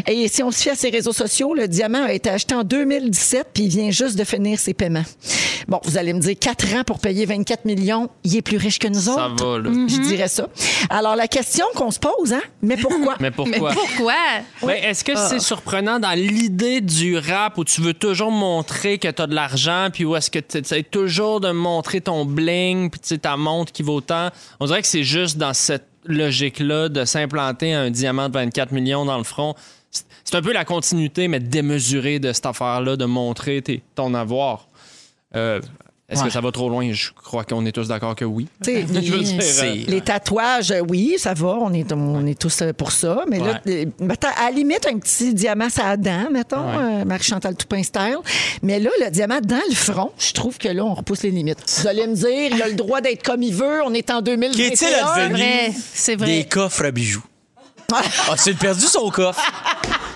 S9: Et si on se fie à ses réseaux sociaux, le diamant a été acheté en 2017 puis il vient juste de finir ses paiements. Bon, vous allez me dire, 4 ans pour payer 24 millions, il est plus riche que nous autres.
S3: Ça va, là.
S9: Je dirais ça. Alors, la question qu'on se pose, hein, mais pourquoi?
S1: mais
S3: Mais pourquoi?
S1: pourquoi?
S3: Ben, Est-ce que
S1: Ah.
S3: c'est surprenant dans l'idée du rap où tu veux toujours montrer que tu as de l'argent, puis où est-ce que tu essaies toujours de montrer ton bling, puis tu sais, ta montre qui vaut tant? On dirait que c'est juste dans cette logique-là de s'implanter un diamant de 24 millions dans le front. C'est- C'est un peu la continuité, mais démesurée de cette affaire-là, de montrer tes- ton avoir. Euh, est-ce que ça va trop loin? Je crois qu'on est tous d'accord que oui.
S9: Tu sais,
S3: Je veux dire,
S5: C'est-
S3: euh,
S9: Les tatouages, euh, oui, ça va, on est, on est tous euh, pour ça. Mais là, euh, mettons, à la limite, un petit diamant à la dent, mettons, euh, Marie-Chantal Toupin style. Mais là, le diamant dans le front, je trouve que là, on repousse les limites. Vous allez me dire, il a le droit d'être comme il veut, on est en 2021.
S5: Qu'est-il advenu?
S1: C'est vrai. C'est
S5: Des
S1: vrai.
S5: coffres à bijoux. Ah, c'est perdu son coffre.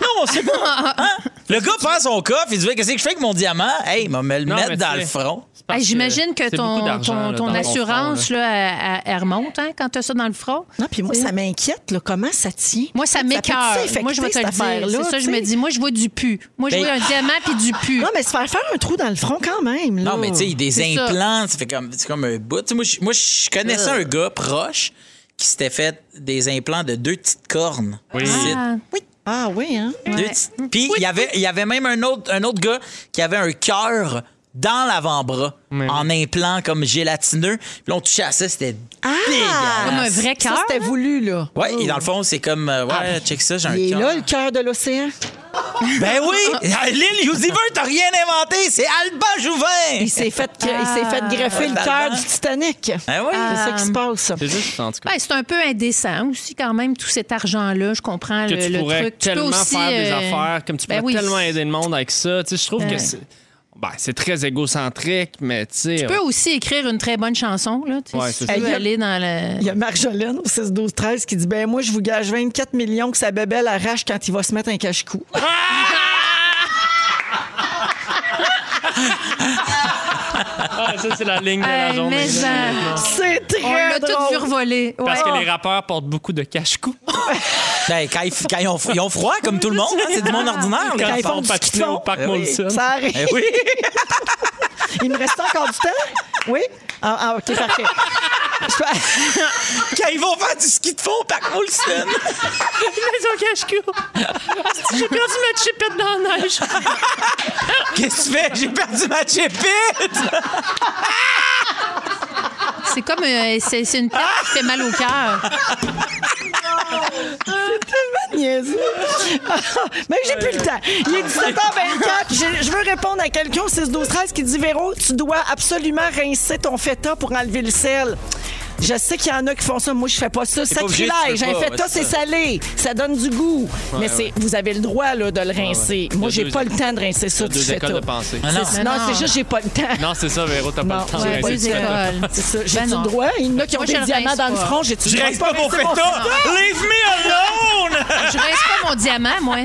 S5: Non, on sait pas. Hein? Le gars prend son coffre, il dit Qu'est-ce que je fais avec mon diamant Hey, il m'a me le
S3: Non,
S5: mettre
S3: mais
S5: dans
S3: tu
S5: le
S3: sais,
S5: front.
S3: c'est parce
S1: Hey, J'imagine que
S3: c'est beaucoup
S1: ton,
S3: d'argent,
S1: ton,
S3: là,
S1: ton
S3: dans ton
S1: assurance,
S3: front,
S1: là, elle- elle remonte hein, quand tu as ça dans le front.
S9: Non, puis moi, ça m'inquiète, là, comment ça tient.
S1: Moi, ça m'écœure. Moi, je vais te le dire. C'est ça, je me dis, moi, je vois du pu. Moi, je
S5: Ben-
S1: vois un diamant puis du pu.
S9: Non, mais se faire faire un trou dans le front quand même. Là.
S5: Non, mais tu sais, il y a
S1: C'est
S5: des
S1: ça.
S5: implants, ça fait comme, c'est comme un bout. Tu sais, Moi, je- moi, je connaissais un gars proche qui s'était fait des implants de deux petites cornes.
S3: Oui.
S5: Ici.
S1: Ah.
S9: Ah oui, hein?
S5: Deux
S1: Ouais.
S5: petites- Puis il y avait, il y avait même un autre, un autre gars qui avait un cœur dans l'avant-bras
S3: Mais oui.
S5: en implant comme gélatineux. Puis là, on touchait à ça, c'était dégueulasse.
S1: Comme un vrai
S9: Ça,
S1: cœur.
S9: c'était voulu, là.
S5: Ouais, et dans le fond, c'est comme, euh, ouais, check ça, j'ai un
S9: Il est
S5: cœur.
S9: là, le cœur de l'océan.
S5: Ben oui! À Lille Yousiver, t'as rien inventé! C'est Alban Jouvin!
S9: Il s'est fait, il s'est fait greffer le cœur du Titanic.
S5: Ah oui?
S9: C'est ça qui se passe.
S3: C'est juste, en tout cas.
S1: Ben, c'est un peu indécent aussi, quand même, tout cet argent-là. Je comprends
S3: que
S1: le,
S3: tu
S1: le
S3: pourrais
S1: truc. Tu peux
S3: tellement
S1: aussi,
S3: faire des
S1: euh,
S3: affaires, comme tu pourrais
S1: ben oui.
S3: tellement aider le monde avec ça. Tu sais, je trouve que c'est. ben, c'est très égocentrique, mais tu sais. euh,
S1: Tu peux aussi écrire une très bonne chanson. Là, tu sais,
S3: Ouais,
S1: si
S3: c'est
S1: tu
S9: ça.
S1: veux
S9: Il y a-
S1: aller dans le.
S9: Il y a Marjolaine au 6 12 13 qui dit ben moi je vous gage 24 millions que sa bébelle arrache quand il va se mettre un cache-cou.
S3: Ah, ça, c'est la ligne de la
S1: Hey,
S3: journée.
S1: mais
S3: là,
S1: ça-
S3: maintenant.
S9: C'est
S1: On
S9: très
S1: l'a
S9: drôle.
S1: tout vu revoler. Ouais.
S3: Parce que les rappeurs portent beaucoup de cache-cou.
S5: Ben, quand, ils, f- quand ils ont, f- ils ont froid, comme tout le monde, hein, c'est du monde ordinaire.
S3: Quand
S5: là.
S3: ils
S9: ils font
S3: font
S9: du
S3: patiner
S9: ski-fond.
S3: au parc
S5: Eh oui.
S3: Molson.
S9: Ça arrive.
S5: Eh oui.
S9: Il me reste encore du temps? Oui? Ah, ah, OK, parfait. Je fais-
S5: Quand ils vont faire du ski de fond au parc Molson.
S1: J'ai perdu ma chipette dans la neige.
S5: Qu'est-ce que tu fais? J'ai perdu ma chépite!
S1: C'est comme euh, c'est c'est une
S9: Ah!
S1: tête qui fait mal au
S3: Ah,
S1: cœur.
S9: niaiseux. Mais Ben, j'ai plus le temps. Il est 17h24. j'ai- Je veux répondre à quelqu'un au 6-12-13 qui dit Véro, tu dois absolument rincer ton feta pour enlever le sel. Je sais qu'il y en a qui font ça. Moi, je fais pas ça.
S5: pas obligé,
S9: Sacrilège.
S5: tu peux
S9: Un
S5: pas,
S9: feta,
S5: ouais,
S9: c'est
S5: c'est ça.
S9: salé. Ça donne du goût. Mais c'est, vous avez le droit là, de le rincer.
S3: Il
S9: Moi,
S3: y a
S9: j'ai
S3: deux
S9: pas le temps de rincer ça.
S3: Deux
S9: du feta.
S3: écoles de pensée.
S5: Ah non.
S9: C'est- Non,
S1: Non,
S9: c'est
S1: non.
S9: juste j'ai pas le temps.
S3: Non, c'est ça, Véro, t'as pas
S9: Non,
S3: le temps.
S9: j'ai
S3: mais
S1: pas
S3: c'est
S1: les
S3: du feta.
S1: écoles.
S9: C'est ça. J'ai
S1: Ben
S9: du
S1: non.
S9: droit. Il y en a qui ont
S1: Moi,
S9: des
S1: je le
S9: diamants
S1: rince
S9: dans le
S1: pas.
S9: front. J'ai du
S5: Je
S9: droit
S5: reste
S9: de
S5: pas mon
S9: rincer mon
S5: feta!
S9: feta.
S5: Leave me alone!
S1: Je rince pas mon diamant, moi.
S9: Non,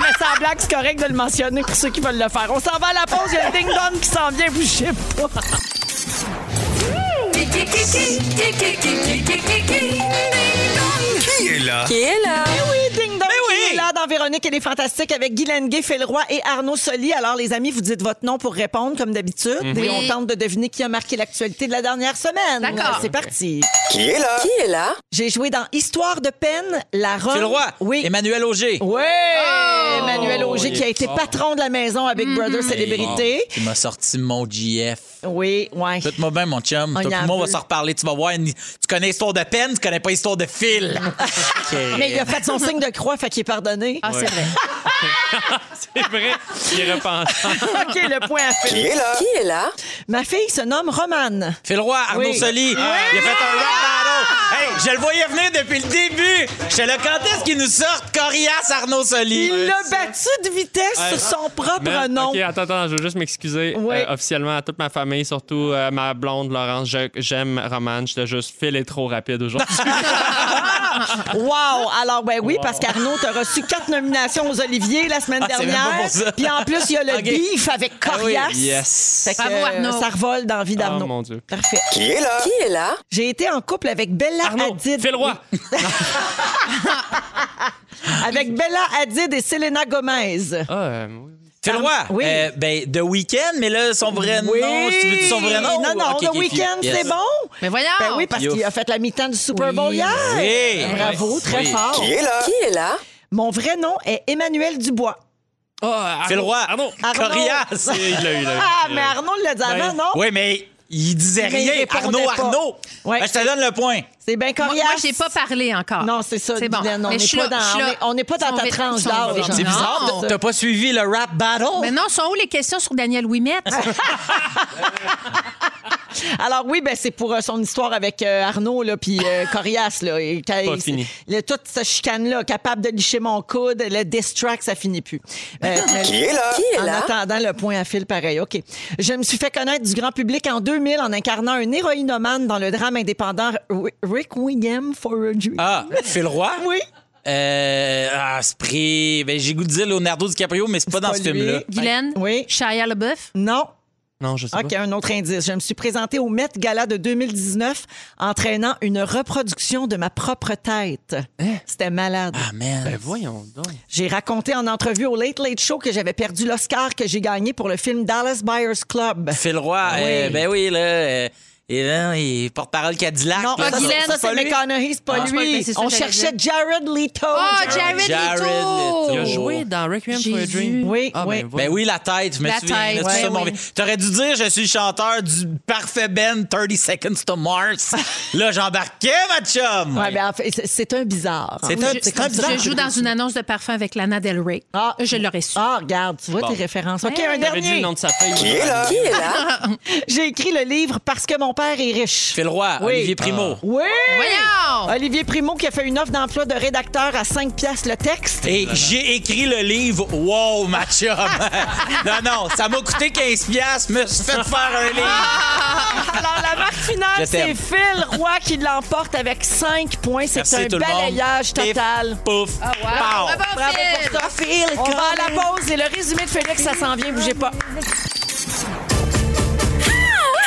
S9: mais c'est en blague, c'est correct de le mentionner pour ceux qui veulent le faire. On s'en va à la pause, il y a le ding-dong qui s'en vient, bougez pas.
S2: Qui est là?
S11: Qui est là?
S9: Eh oui, ding-dong
S5: Mais
S9: qui
S5: oui.
S9: est là dans Véronique et les Fantastiques avec Guy Lenguet, Félroy et Arnaud Soli. Alors, les amis, vous dites votre nom pour répondre, comme d'habitude. Et
S1: Oui.
S9: on tente de deviner qui a marqué l'actualité de la dernière semaine.
S1: D'accord.
S9: C'est parti.
S2: Qui est là?
S11: Qui est là?
S9: J'ai joué dans Histoire de peine, la Rome.
S5: C'est le roi.
S9: Oui.
S5: Emmanuel Auger.
S9: Oui, Emmanuel Auger,
S3: il
S9: qui a
S3: est
S9: été
S3: fort.
S9: patron de la maison avec Brother Célébrité.
S5: Tu m'as sorti mon GF.
S9: Oui, ouais.
S5: Écoute-moi bien, mon chum.
S9: On
S5: Toi
S9: y
S5: puis
S9: en
S5: moi, on va
S9: veut.
S5: se reparler. Tu vas voir, ni- tu connais Histoire de peine, tu connais pas Histoire de fil. OK.
S9: Mais il a fait son signe de croix, fait qu'il est pardonné.
S1: Ah, c'est vrai.
S3: C'est vrai, j'y ai repensé.
S9: OK, le point à Phil.
S2: Qui est là?
S11: Qui est là?
S9: Ma fille se nomme Romane.
S5: Phil Roy, Arnaud
S9: Oui.
S5: Soli. Il a fait un rap battle. Hey, je le voyais venir depuis le début. J'étais là, quand est-ce qu'il nous sort Corias Arnaud Soli?
S9: Il l'a battu de vitesse
S3: Ouais.
S9: sur son propre
S3: Mais-
S9: nom.
S3: OK, attends, attends, je veux juste m'excuser
S9: Oui.
S3: euh, officiellement à toute ma famille, surtout euh, ma blonde Laurence. Je- J'aime Romane, j'étais juste filé trop rapide aujourd'hui.
S9: Wow! Alors, ben oui, parce qu'Arnaud, t'as reçu quatre nominations aux Oliviers la semaine
S5: Ah, c'est même pas
S9: dernière.
S5: pour ça.
S9: Puis en plus, il y a le
S5: OK. Ah
S9: beef avec Corias.
S5: Yes.
S9: Fait que,
S1: Bravo, Arnaud.
S9: euh, Ça revole dans la vie d'Arnaud.
S3: Oh, mon Dieu.
S9: Parfait.
S2: Qui est là?
S11: Qui est là?
S9: J'ai été en couple avec Bella
S3: Arnaud,
S9: Hadid.
S3: fais le roi.
S9: Avec Bella Hadid et Selena Gomez.
S3: Ah, euh, oui, oui.
S5: Phil Roy,
S9: Oui.
S5: euh, ben, The Weeknd, mais là, son vrai
S9: Oui.
S5: nom, si tu veux son vrai nom.
S9: Non, non,
S5: OK,
S9: le
S5: OK, OK.
S9: week-end,
S5: Yes.
S9: c'est bon.
S1: Mais voyons.
S9: Ben oui, parce
S5: Youf.
S9: qu'il a fait la mi-temps du Super Bowl
S1: Oui.
S9: hier.
S5: Oui.
S9: Bravo, très
S5: Oui.
S9: fort.
S2: Qui est là?
S11: Qui est là?
S9: Mon vrai nom est Emmanuel Dubois.
S3: Ah, Arnaud,
S5: Phil Roy,
S3: Arnaud.
S9: Arnaud.
S5: Corias.
S3: Il l'a eu, il l'a eu.
S9: Ah,
S3: Il
S9: mais
S3: l'a eu.
S9: Arnaud l'a dit avant,
S3: Ben,
S9: Ah, non?
S5: Oui, mais il disait
S9: Mais il
S5: rien.
S9: répondait
S5: Arnaud,
S9: pas.
S5: Arnaud.
S9: Ouais.
S5: Ben, je te donne le point.
S9: C'est bien
S1: Moi,
S9: coriace.
S1: moi, j'ai pas parlé encore.
S9: Non, c'est ça,
S1: C'est bon.
S9: Guylaine, on
S1: Mais
S9: est
S1: je suis
S9: pas
S1: là,
S9: dans-
S1: je suis
S9: on
S1: là.
S9: est- on est pas dans
S1: Ils
S9: ta
S1: sont vite-
S9: tranche
S1: ils sont
S9: d'âge,
S1: vite-
S9: genre.
S5: C'est
S1: Non.
S5: bizarre, t'as- t'as pas suivi le rap battle.
S1: Mais non, sont où les questions sur Daniel
S9: Ah,
S1: Ouimet?
S9: ben, Alors oui, ben c'est pour euh, son histoire avec euh, Arnaud là, puis euh, Corias là, et quand
S3: Pas
S9: il-
S3: fini.
S9: le- toute cette chicane là, capable de licher mon coude, le diss track, ça finit plus. Euh, mais-
S2: Qui est là?
S11: Qui est
S9: En
S11: là?
S9: attendant le point à fil, pareil. OK. Je me suis fait connaître du grand public en 2000 en incarnant un héroïnomane dans le drame indépendant Rick William for a Dream.
S5: Ah, Phil Roy?
S9: Oui.
S5: Euh, ah, Spray. Ben, j'ai goût de dire Leonardo DiCaprio, mais c'est pas Ah, dans ce
S2: lui.
S5: film-là.
S1: Guylaine?
S2: Oui.
S1: Shia LaBeouf?
S2: Non.
S3: Non, je sais
S2: OK,
S3: pas.
S2: un autre indice. Je me suis présentée au Met Gala de 2019 entraînant une reproduction de ma propre tête. C'était malade.
S5: Ah, man.
S3: Ben voyons donc.
S2: J'ai raconté en entrevue au Late Late Show que j'avais perdu l'Oscar que j'ai gagné pour le film Dallas Buyers Club.
S5: Phil Roy. euh, ben oui, là. euh, et là, il porte-parole Cadillac.
S2: Non,
S1: pas
S5: là,
S2: ça,
S1: Guylaine,
S2: ça,
S1: c'est
S2: c'est
S1: pas lui.
S2: McConaughey, c'est pas
S1: Ah, c'est pas- mais
S2: lui.
S1: c'est ça
S2: On
S1: que j'allais
S2: cherchait Jared Leto.
S1: Oh, Jared,
S5: Jared
S1: Leto!
S5: Leto.
S3: Il a
S5: Oh.
S3: joué dans Requiem for a
S1: Jésus.
S3: Dream.
S2: Oui,
S3: Ah,
S2: oui.
S3: ben,
S5: Ben oui, la tête, je me
S1: La
S5: souviens.
S1: tête,
S5: là, c'est
S1: ouais,
S5: ça, mon
S1: oui.
S5: vie. T'aurais dû dire, je suis le chanteur du parfait Ben 30 Seconds to Mars. là, j'embarquais, ma chum.
S2: Ouais, ben, en fait, c'est- c'est un bizarre.
S5: C'est
S2: Oui,
S5: un-
S2: je-
S5: c'est un bizarre.
S1: Je joue dans une annonce de parfum avec Lana Del Rey.
S2: Ah.
S1: Je l'aurais su.
S2: Ah, regarde, tu vois
S5: Bon.
S2: tes références. OK,
S1: Ouais.
S2: un
S3: J'avais dit le
S2: dernier.
S3: nom de sa fille.
S7: Qui est là?
S2: J'ai écrit le livre Parce que mon père est riche.
S5: Phil Roy,
S2: Oui.
S5: Olivier Primo.
S2: Oui!
S1: Voyons!
S2: Olivier Primo qui a fait une offre d'emploi de rédacteur à 5 piastres le texte.
S5: Et j'ai écrit le livre Wow, ma chum. non, non, ça m'a coûté 15 piastres, me suis fait faire un livre.
S9: Alors, la marque finale,
S5: Je
S9: c'est
S5: t'aime.
S9: Phil Roy qui l'emporte avec 5 points. C'est
S5: Merci
S9: un
S5: tout le monde.
S9: balayage total.
S5: Pouf, pow.
S9: Ah.
S1: Bravo, Phil!
S9: On va à la pause et le résumé de Félix, ça s'en vient, bougez pas.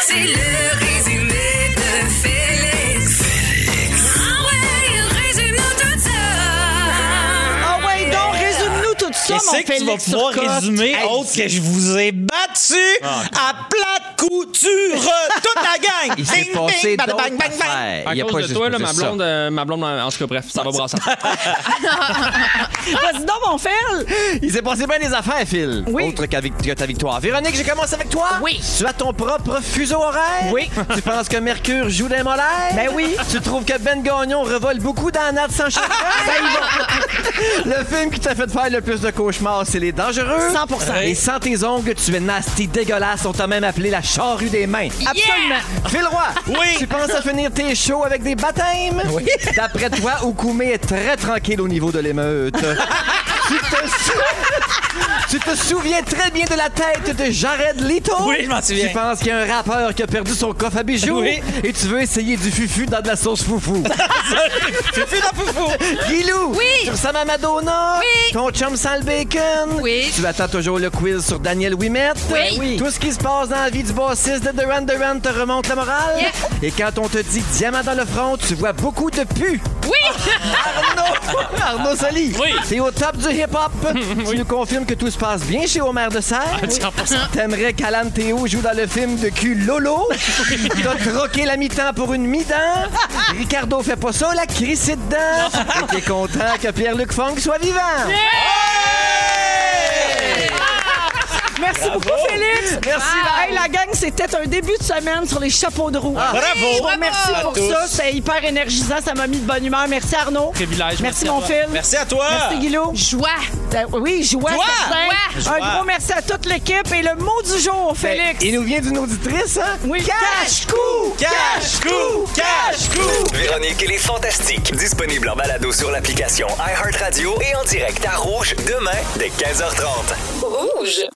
S12: C'est le résumé de Félix. Ah ouais, il résume nous tout ça.
S2: Ah ouais, donc résume-nous tout ça, mon
S5: Qu'est-ce que tu vas
S2: Félix
S5: pouvoir
S2: Turcotte.
S5: résumer
S2: Hey,
S5: autre que je vous ai battu à plat de couture toute la gang?
S13: Il s'est
S5: Ding,
S13: passé
S5: ding, bada,
S13: d'autres
S5: bang, bang, bang.
S13: affaires.
S3: À
S13: Il y a pas
S3: cause de
S13: juste
S3: toi,
S13: pas
S3: là, ma
S13: juste ça.
S3: blonde, euh, ma blonde, en tout cas, bref, ça va brasser.
S2: Vas-y donc, mon Phil!
S13: Il s'est passé bien des affaires, Phil.
S2: Oui.
S13: Autre qu'avec que ta victoire. Véronique, j'ai commencé avec toi.
S2: Oui.
S13: Tu as ton propre fuseau horaire.
S2: Oui.
S13: Tu penses que Mercure joue des molaires.
S2: Ben oui.
S13: Tu trouves que Ben Gagnon revole beaucoup dans Nat sans chagrin. Le film qui t'a fait faire le plus de cauchemars, c'est Les Dangereux.
S2: 100%.
S13: Et sans tes ongles, tu es nasty, dégueulasse. On t'a même appelé la charrue des mains.
S2: Absolument.
S13: Phil Roy,
S5: Oui.
S13: tu penses à finir tes shows avec des baptêmes? Oui. D'après toi, Okoumé est très tranquille au niveau de l'émeute. tu, te sou- tu te souviens très bien de la tête de Jared Leto?
S5: Oui, je m'en souviens.
S13: Tu penses qu'il y a un rappeur qui a perdu son coffre à bijoux?
S5: Oui.
S13: Et tu veux essayer du fufu dans de la sauce foufou.
S5: Fufu dans foufou.
S13: Guilou!
S1: Oui.
S13: Tu ressembles à Madonna?
S1: Oui.
S13: Ton chum sans le bacon?
S1: Oui.
S13: Tu attends toujours le quiz sur Daniel Wimet?
S1: Oui.
S2: Oui.
S13: Tout ce qui se passe dans la vie du bassiste de Duran Duran te remonte la morale?
S1: Yeah.
S13: Et quand on te dit diamant dans le front, tu vois beaucoup de pu.
S1: Oui!
S13: Arnaud! Arnaud Soli!
S3: Oui.
S13: T'es au top du hip-hop! Tu nous confirmes que tout se passe bien chez Homer de Serre?
S3: Ah,
S13: T'aimerais qu'Alan Théo joue dans le film de cul Lolo? T'as troqué la mi-temps pour une mi-dent? Ricardo fait pas ça, la crise est dedans! Et T'es content que Pierre-Luc Fong soit vivant!
S2: Merci beaucoup, Félix.
S13: Merci,
S2: Hey, la gang, c'était un début de semaine sur les chapeaux de roue.
S5: Bravo.
S2: Merci
S5: À
S2: pour
S5: tous.
S2: ça. C'est hyper énergisant. Ça m'a mis de bonne humeur. Merci, Arnaud.
S3: Privilège.
S2: Merci,
S3: à
S2: mon
S3: toi.
S2: Phil.
S5: Merci à toi.
S2: Merci, Guilou.
S1: Joie!
S2: Euh, Oui, joie,
S5: Joie.
S2: certain.
S5: Joie. Ben,
S2: Un gros merci à toute l'équipe. Et le mot du jour, Félix.
S13: Ben, Il nous vient d'une auditrice, hein?
S2: Oui, cache-cou.
S5: Cache-cou. Cache-cou.
S4: Véronique et les Fantastiques. Disponible en balado sur l'application iHeartRadio et en direct à Rouge demain dès 15h30.
S12: Rouge.